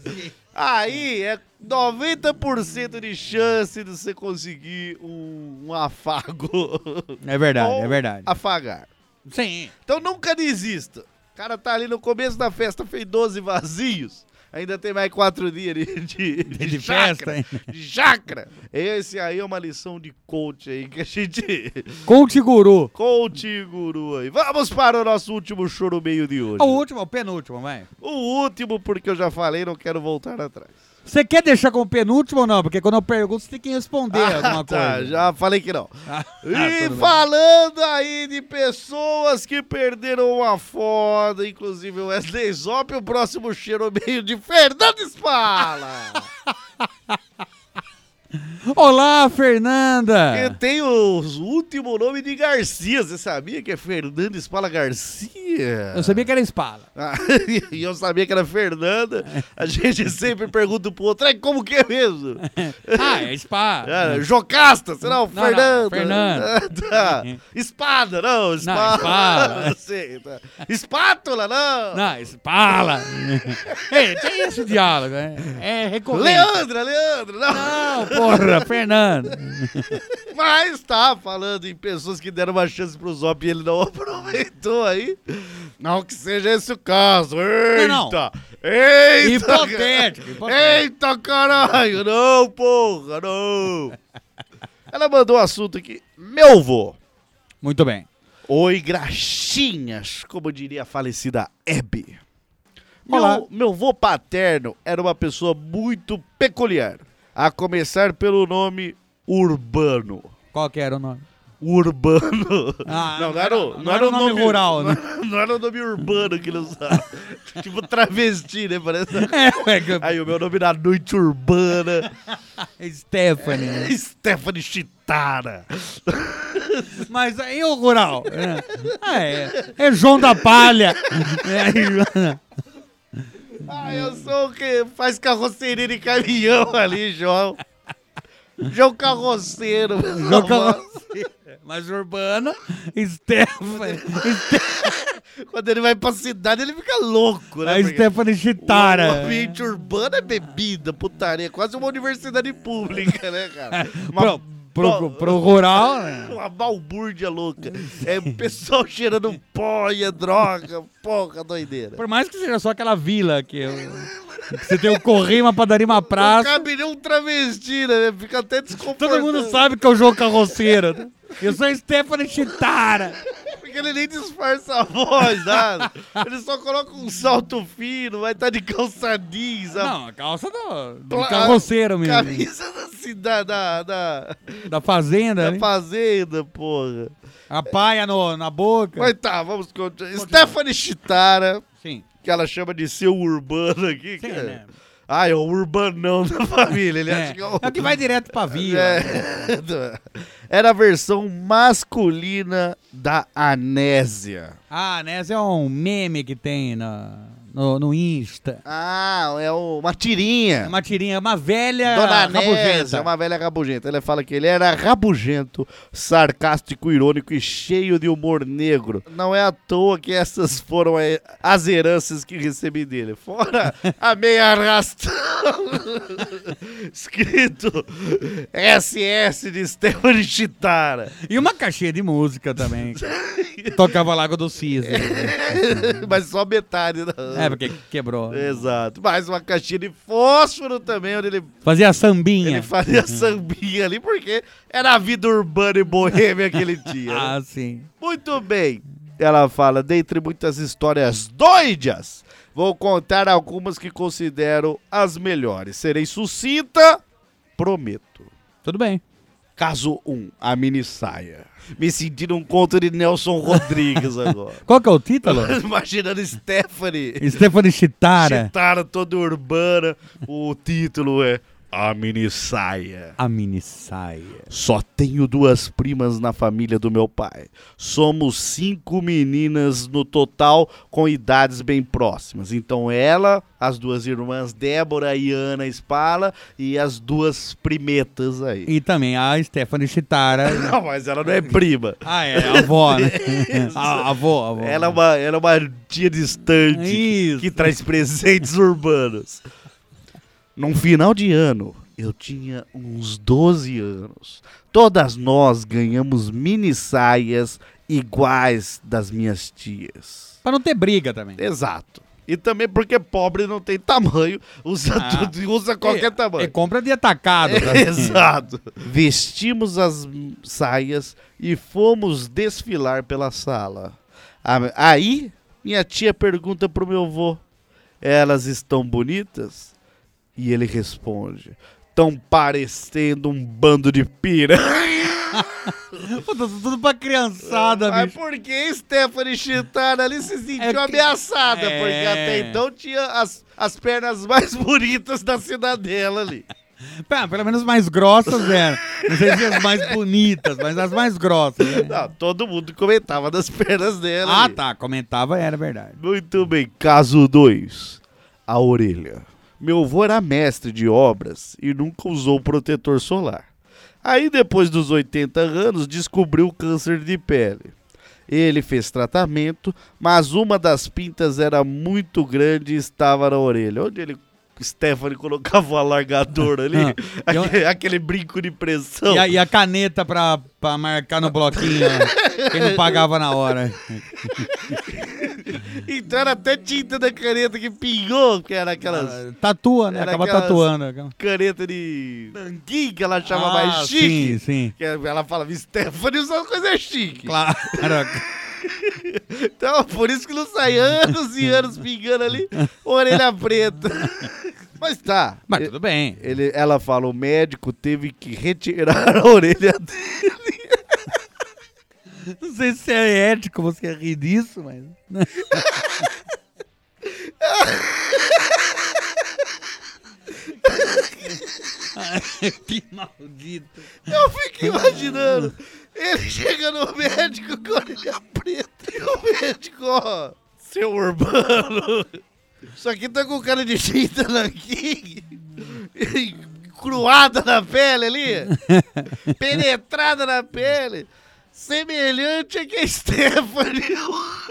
S2: aí é 90% de chance de você conseguir um, um afago.
S3: É verdade,
S2: Ou
S3: é verdade.
S2: Afagar.
S3: Sim.
S2: Então nunca desista. O cara tá ali no começo da festa, fez 12 vazios. Ainda tem mais quatro dias de, de, de,
S3: de
S2: chácara,
S3: festa ainda.
S2: De chácara. Esse aí é uma lição de coach aí que a gente. [laughs]
S3: Conte guru.
S2: Coach guru aí. Vamos para o nosso último choro meio de hoje.
S3: O último, o penúltimo, vai.
S2: O último, porque eu já falei, não quero voltar atrás.
S3: Você quer deixar como penúltimo ou não? Porque quando eu pergunto, você tem que responder alguma
S2: tá,
S3: coisa. né?
S2: já falei que não.
S3: Ah,
S2: E
S3: tudo bem.
S2: falando aí de pessoas que perderam uma foda, inclusive o Wesley Zop, o próximo cheiro meio de Fernando Spala.
S3: Olá,
S2: que
S3: Fernanda.
S2: tem o último nome de Garcia. Você sabia que é Fernando Spala Garcia?
S3: Eu sabia que era [laughs] espala.
S2: Ah, [laughs] e eu sabia que era Fernanda. A gente sempre pergunta pro outro, "É, como que é mesmo?
S3: Ah, é espala.
S2: Ah, Jocasta, será o
S3: Não, não,
S2: Fernando? [laughs]
S3: Fernando. Uhum.
S2: Ah, tá. Espada, não, espada.
S3: espada.
S2: [laughs] Sim, tá. Espátula, não.
S3: Não, [laughs] espala. Ei, tem esse diálogo, né? É recorrente.
S2: Leandra, Leandra, não.
S3: Não, um Ah, porra, Fernanda.
S2: [laughs] Mas tá falando em pessoas que deram uma chance pro Zop e ele não [laughs] aproveitou aí. Não que seja esse o caso. Eita!
S3: Não, não.
S2: Eita!
S3: Hipotético, hipotético.
S2: Eita, caralho! Não, porra,
S3: [laughs]
S2: não! Ela mandou o assunto aqui. Meu vô.
S3: Muito bem.
S2: Oi, graxinhas, como diria a falecida Hebe.
S3: Olá.
S2: Meu, meu vô paterno era uma pessoa muito peculiar. A começar pelo nome Urbano.
S3: Qual que era o nome?
S2: urbano.
S3: Ah,
S2: [laughs] não, não era, o-
S3: não
S2: não era
S3: era
S2: o
S3: o nome
S2: nome [laughs]
S3: rural,
S2: não,
S3: né?
S2: não era o nome urbano que ele
S3: [laughs]
S2: usava. tipo travesti, né? Parece.
S3: É, ué, que-
S2: Aí o meu nome na noite
S3: [laughs]
S2: urbana,
S3: Stephanie. né?
S2: Stephanie Chitara.
S3: Mas aí o rural. É, Ah, é, é João da Palha. É,
S2: Ah, eu sou o que faz carroceria de caminhão [laughs] ali, João. João Carroceiro.
S3: João Carroceiro. Mas urbana, Stephanie.
S2: [laughs] Quando ele vai pra cidade, ele fica louco, né?
S3: A
S2: Porque
S3: Stephanie Chitara.
S2: O ambiente urbano é bebida, putaria, quase uma universidade pública, né,
S3: [laughs]
S2: cara? Uma,
S3: Pro, pro, pro rural, né?
S2: uma balbúrdia louca. É o pessoal cheirando pó e é droga, porra, doideira.
S3: Por mais que seja só aquela vila que, eu- que você tem o correio, uma padaria, uma
S2: Não
S3: praça.
S2: cabe nem um travesti, né? Fica até desconfortável.
S3: Todo mundo sabe que é o João Carroceiro. né? Eu sou a Stephanie Chitara.
S2: Porque ele nem disfarça a voz, nada. Ele só coloca um salto fino, vai estar de calça jeans, a
S3: Não, a calça do, do
S2: pla-
S3: carroceiro mesmo.
S2: camisa da cidade, da, da, [laughs]
S3: Da fazenda,
S2: da
S3: né?
S2: fazenda, porra.
S3: A paia no- na boca.
S2: Mas tá, vamos continuar. Stephanie Chitara,
S3: Sim.
S2: que ela chama de seu urbano aqui.
S3: Sim,
S2: cara.
S3: né?
S2: Ah, é o urbanão da família. Ele acha
S3: É,
S2: que é o...
S3: é o
S2: [laughs]
S3: que vai direto pra vila.
S2: É, do- Era a versão masculina da anésia.
S3: Ah, né? Esse é um meme que tem na- no, no Insta.
S2: Ah, é o- uma
S3: É
S2: tirinha.
S3: uma tirinha, uma velha
S2: Dona
S3: Ah, rabugenta.
S2: Anésia, uma velha rabugenta. Ela fala que ele era rabugento, sarcástico, irônico e cheio de humor negro. Não é à toa que essas foram eh, as heranças que recebi dele.
S3: [laughs]
S2: Fora a meia arrastão. [laughs] Escrito SS de Esteban
S3: [laughs]
S2: Chitara.
S3: E uma caixinha de música também.
S2: [laughs]
S3: Tocava Lago do Cisne.
S2: Mas só metade. da-
S3: É, porque quebrou.
S2: Exato. Mais uma caixinha de fósforo também, onde ele
S3: Fazia sambinha.
S2: Ele fazia sambinha ali porque era a vida urbana e boêmia que ele tinha. né?
S3: [laughs] Ah, sim.
S2: Muito bem. Ela fala, dentre muitas histórias doidas, vou contar algumas que considero as melhores. Serei sucinta, prometo.
S3: Tudo bem.
S2: Caso 1, um, a mini saia. Me senti num conto de Nelson Rodrigues agora.
S3: Qual que é
S2: [laughs]
S3: o título?
S2: Imaginando Stephanie.
S3: Stephanie Chitara.
S2: Chitaram toda urbana. O título é A Mini Saia.
S3: A mini saia.
S2: Só tenho duas primas na família do meu pai. Somos cinco meninas no total, com idades bem próximas. Então ela, as duas irmãs Débora e Ana Spala e as duas primetas aí.
S3: E também a Stephanie Chitara.
S2: Não, mas ela não é prima.
S3: Ah, é, a
S2: [laughs]
S3: avó, né? A, a avó, a avó.
S2: Ela é uma, ela é uma tia distante que,
S3: Isso.
S2: que traz presentes [laughs] urbanos. Num final de ano, eu tinha uns 12 anos. Todas nós ganhamos mini saias iguais das minhas tias.
S3: Pra não ter briga também.
S2: Exato. E também porque pobre não tem tamanho, usa
S3: Ah. é
S2: tudo, usa qualquer
S3: E-
S2: tamanho. É
S3: E compra de
S2: [laughs]
S3: atacado. tá?
S2: Exato. Vestimos as m- saias e fomos desfilar pela sala. A- Aí, minha tia pergunta pro meu avô: Elas estão bonitas? E ele responde: Tão parecendo um bando de piranha.
S3: [laughs] Puta, isso tudo pra criançada,
S2: [laughs] Mas
S3: bicho.
S2: por que Stephanie Chitara ali se sentiu
S3: É que-
S2: ameaçada?
S3: É.
S2: Porque até então tinha as, as pernas mais [laughs] bonitas da cidadela [laughs] ali.
S3: Pá, pelo menos mais grossas eram. Não sei se as mais bonitas, mas as mais grossas. né?
S2: Não, todo mundo comentava das pernas dela.
S3: Ah,
S2: ali.
S3: tá. Comentava, era verdade.
S2: Muito bem, caso 2. A orelha. Meu avô era mestre de obras e nunca usou protetor solar. Aí, depois dos 80 anos, descobriu câncer de pele. Ele fez tratamento, mas uma das pintas era muito grande e estava na orelha. Onde ele, Stephanie, colocava o alargador ali,
S3: [laughs]
S2: [laughs]
S3: Ah, eu-
S2: aquele, aquele brinco de pressão.
S3: E a, e a caneta pra, pra marcar no bloquinho, né? quem não pagava na hora.
S2: Então era até tinta da caneta que pingou, que
S3: Ah,
S2: era aquelas.
S3: Tatua, né?
S2: Era
S3: Acaba
S2: aquelas-
S3: tatuando. Acaba-
S2: caneta de nanguim que ela chama
S3: Ah,
S2: mais chique.
S3: Sim, sim.
S2: Que é, ela fala, Stephanie usa coisa chique.
S3: Claro.
S2: [laughs] Então, por isso que não sai anos e anos pingando ali, orelha preta. [laughs] Mas tá.
S3: Mas
S2: E-
S3: tudo bem.
S2: ele, ela fala, o médico teve que retirar a orelha dele.
S3: Não sei se é ético você rir disso, mas.
S2: [laughs]
S3: Ai, que maldito.
S2: Eu fico imaginando ele chega no médico com a orelha preta e o médico, ó, seu urbano, isso aqui tá com cara de tinta nanquim, cruada na pele ali, penetrada na pele. Semelhante a que a Stephanie.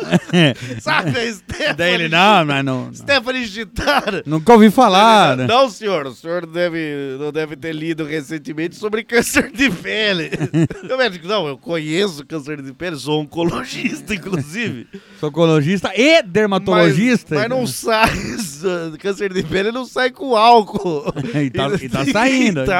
S2: [laughs] Sabe a Stephanie?
S3: [laughs] Daí ele, não, mas não. não.
S2: Stephanie Gitar.
S3: Nunca ouvi falar. né?
S2: Não, senhor. O senhor deve, não deve ter lido recentemente sobre câncer de
S3: [laughs]
S2: pele. Eu médico, não, eu conheço câncer de pele, sou oncologista,
S3: [laughs]
S2: inclusive.
S3: Sou oncologista e dermatologista.
S2: Mas, mas não sai. [laughs] Câncer de pele não sai com álcool.
S3: [laughs] E tá- e tá saindo.
S2: [laughs]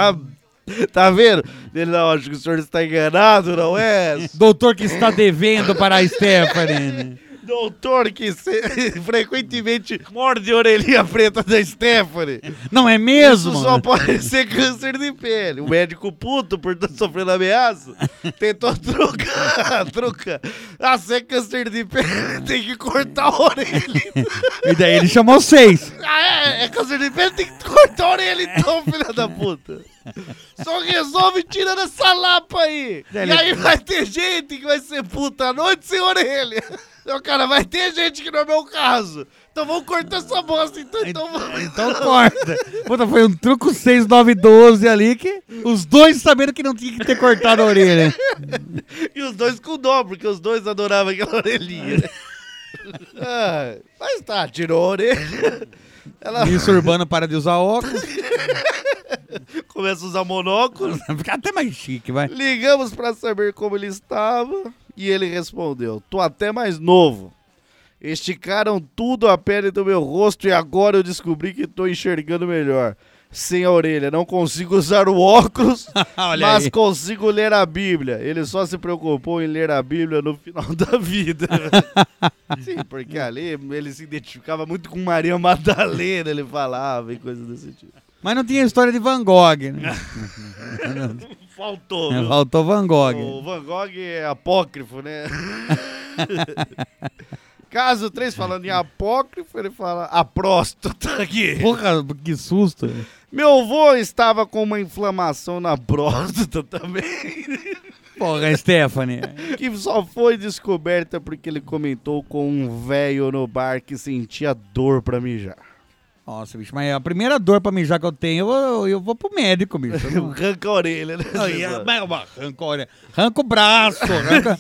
S2: Tá, tá vendo? Ele, não, acho que o senhor está enganado, não
S3: [laughs]
S2: é?
S3: Doutor que está devendo para
S2: [laughs]
S3: a Stephanie.
S2: Doutor que se- [laughs] frequentemente morde a orelhinha preta da Stephanie.
S3: Não é
S2: Isso
S3: mesmo?
S2: só pode [laughs] ser câncer de pele. O médico puto, por estar sofrendo ameaça, tentou [laughs] trocar, trocar. Ah, se é câncer de pele, [laughs] tem que cortar a orelha.
S3: E daí ele chamou seis.
S2: Ah, é, é câncer de pele, tem que cortar a orelha então, [laughs] filha da puta. Só resolve tirando essa lapa aí. E aí vai ter gente que vai ser puta a noite sem orelha. Então, cara, vai ter gente que não é meu caso. Então vamos cortar essa bosta, então, então vamos.
S3: Então corta. Puta, foi um truco 6, 9, 12 ali que os dois sabendo que não tinha que ter cortado a orelha.
S2: E os dois com dó, porque os dois adoravam aquela [laughs] orelhinha. né? Ah, mas tá, tirou a orelha. [laughs] Ela
S3: Isso urbano para de usar óculos.
S2: começa a usar monóculo.
S3: Fica até mais chique, vai.
S2: Ligamos pra saber como ele estava e ele respondeu: Tô até mais novo. Esticaram tudo a pele do meu rosto e agora eu descobri que tô enxergando melhor. Sem a orelha, não consigo usar o óculos,
S3: [laughs] Olha
S2: mas
S3: aí.
S2: consigo ler a Bíblia. Ele só se preocupou em ler a Bíblia no final [laughs] da
S3: [laughs]
S2: vida. Sim, porque ali ele se identificava muito com Maria Madalena, ele falava e coisas desse tipo.
S3: Mas não tinha a história de Van Gogh, né?
S2: [laughs] Faltou, viu?
S3: Faltou Van Gogh.
S2: O Van Gogh é apócrifo,
S3: [laughs]
S2: né? Caso 3, falando em apócrifo, ele fala a próstata aqui.
S3: Porra, que susto.
S2: Meu avô estava com uma inflamação na próstata [laughs] também,
S3: Porra, Stephanie.
S2: que só foi descoberta porque ele comentou com um velho no bar que sentia dor pra mijar.
S3: Nossa, bicho, mas a primeira dor pra mijar que eu tenho, eu vou, eu vou pro médico,
S2: [laughs]
S3: bicho. Eu não-
S2: Um Arranca a orelha, né?
S3: Não, e a- mas Arranca, olha, arranca o braço, arranca...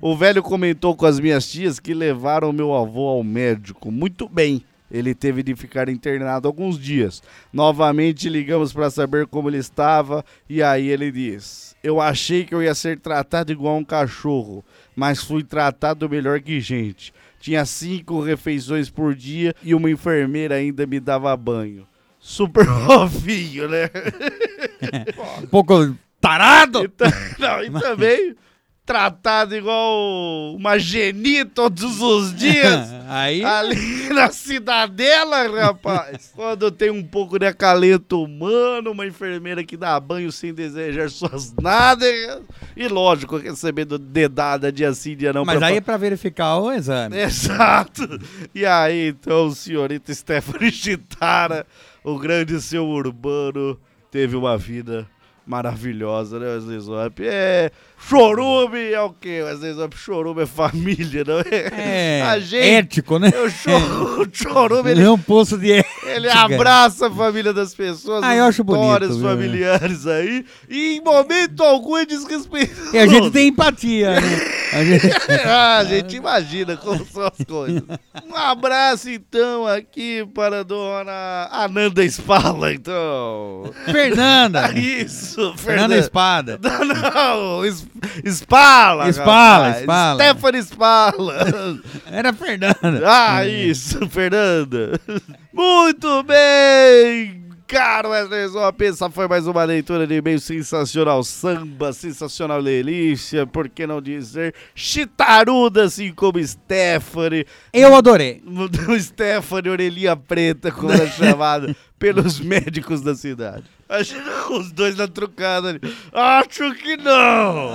S2: O velho comentou com as minhas tias que levaram meu avô ao médico. Muito bem. Ele teve de ficar internado alguns dias. Novamente ligamos para saber como ele estava e aí ele diz: Eu achei que eu ia ser tratado igual um cachorro, mas fui tratado melhor que gente. Tinha cinco refeições por dia e uma enfermeira ainda me dava banho. Super [laughs] fofinho, né?
S3: um pouco tarado.
S2: E
S3: [laughs]
S2: ta- Então, não, e também tratado igual uma geni todos
S3: [laughs]
S2: os dias.
S3: Aí,
S2: Ali na cidadela, rapaz.
S3: [laughs]
S2: Quando tem um pouco de acalento humano, uma enfermeira que dá banho sem desejar suas nádegas. E lógico, recebendo dedada dia sim, dia não.
S3: mas
S2: pra-
S3: aí é pra verificar o exame.
S2: [laughs] Exato. E aí, então, o senhorita Stephanie [laughs] Chitara, o grande seu urbano, teve uma vida maravilhosa, né, Wesley Zop? É, chorume é o quê, Wesley Zop? Chorume é família, não é?
S3: É,
S2: A gente...
S3: ético, né?
S2: Eu choro, o [laughs] chorume,
S3: Ele
S2: ele,
S3: é um poço de ética.
S2: ele é abraça a família das pessoas,
S3: Ah, eu
S2: as
S3: acho bonito,
S2: histórias
S3: viu?
S2: familiares aí, e em momento algum é desrespeitoso.
S3: E a gente tem empatia, né? A gente-
S2: [laughs] ah, a gente imagina como são as coisas. Um abraço, então, aqui para a dona Ananda Spala, então.
S3: Fernanda.
S2: Isso,
S3: Fernanda
S2: Fernanda.
S3: Espada.
S2: Não, não, es- Spala.
S3: Spala,
S2: rapaz.
S3: Spala.
S2: Stephanie Spala. [laughs]
S3: Era Fernanda.
S2: Ah, isso, [laughs] Fernanda. Muito bem. Caro Wesley Zop, essa foi mais uma leitura de e-mail sensacional samba, sensacional delícia, por que não dizer chitaruda, assim como Stephanie,
S3: Eu adorei.
S2: mudou Stephanie Orelhinha Preta, como é
S3: [laughs]
S2: chamada, pelos médicos da cidade. Acho os dois na trucada ali. Acho que não!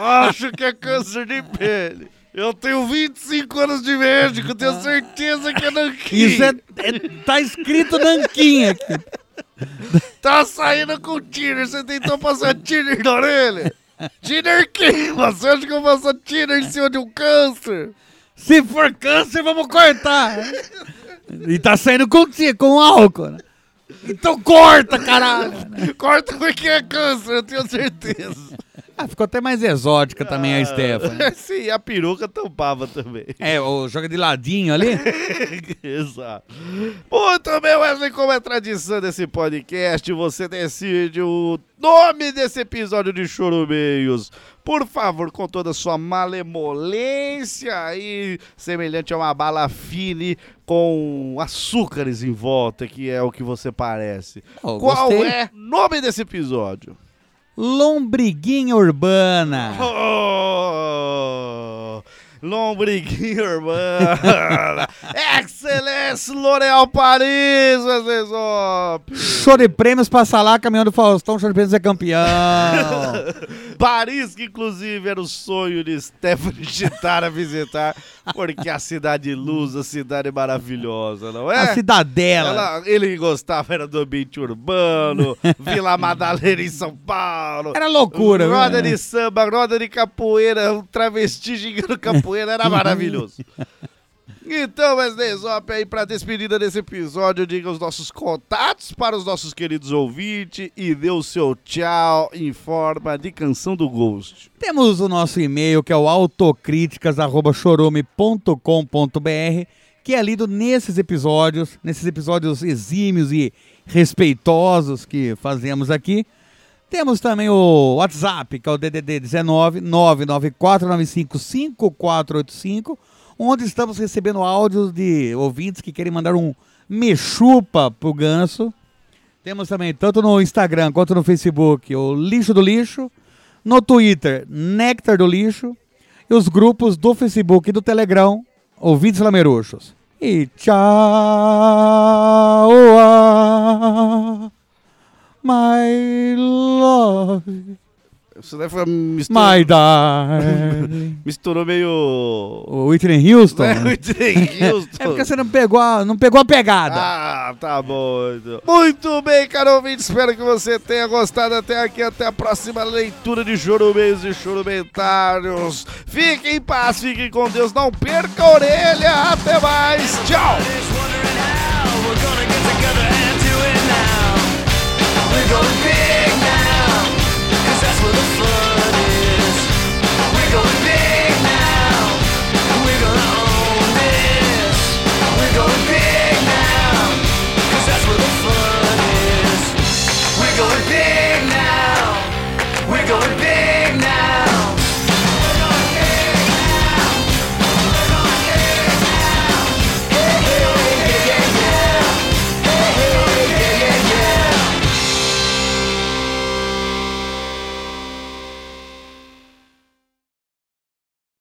S2: Acho que é câncer de pele. Eu tenho 25 anos de médico, tenho certeza que é nanquim.
S3: [laughs] Isso é, é- Tá escrito Nanquim aqui.
S2: Tá saindo com tiner, você tentou passar tiner na orelha? Tiner quem? Você acha que eu passo tiner em cima de um câncer?
S3: Se for câncer, vamos cortar. E tá saindo com, ti- com álcool. né? Então corta, caralho.
S2: Corta porque é câncer, eu tenho certeza.
S3: Ah, ficou até mais exótica também
S2: Ah.
S3: a É, Stephanie.
S2: [laughs] Sim, a peruca tampava também. [laughs]
S3: É, ou joga de ladinho ali.
S2: Exato. Muito bem, Wesley, como é tradição desse podcast, você decide o nome desse episódio de Chorumeios. Por favor, com toda a sua malemolência aí, semelhante a uma bala fine com açúcares em volta, que é o que você parece.
S3: Oh,
S2: Qual
S3: gostei.
S2: é o nome desse episódio?
S3: Lombriguinha urbana.
S2: Oh, Lombriguinha urbana. [laughs] Excelência L'Oréal Paris, Wesley Zop.
S3: Show de prêmios pra salar, caminhão do Faustão, show de prêmios é campeão.
S2: Paris, que inclusive era o sonho de Stephanie Chitara visitar, porque a cidade luz, a cidade maravilhosa, não é?
S3: A cidadela.
S2: Ela- ele gostava, era do ambiente urbano, Vila Madalena em São Paulo.
S3: Era loucura. né?
S2: Roda
S3: viu?
S2: de samba, roda de capoeira, um travesti gigando capoeira, era maravilhoso. Então, Wesley Zop, aí pra despedida desse episódio, diga os nossos contatos para os nossos queridos ouvintes e dê o seu tchau em forma de canção do Ghost.
S3: Temos o nosso e-mail que é o autocríticas@chorome.com.br, que é lido nesses episódios, nesses episódios exímios e respeitosos que fazemos aqui. Temos também o WhatsApp, que é o DDD 19 994955485, onde estamos recebendo áudios de ouvintes que querem mandar um mexupa pro ganso. Temos também, tanto no Instagram quanto no Facebook, o Lixo do Lixo. No Twitter, Néctar do Lixo. E os grupos do Facebook e do Telegram, Ouvintes Lameruxos. E tchau, ah, my love,
S2: Isso daí foi misturou, [laughs]
S3: my darling.
S2: misturou meio.
S3: O
S2: [laughs]
S3: Whitney Houston.
S2: É, Whitney Houston.
S3: É porque você não pegou a, não pegou a pegada.
S2: Ah, tá bom. então. Muito bem, caro ouvinte. Espero que você tenha gostado até aqui. Até a próxima leitura de Chorumeiros e Chorumentários. Fiquem em paz, fiquem com Deus. Não perca a orelha. Até mais. Tchau.
S4: Everybody's wondering how we're gonna get together and do it now. We're gonna be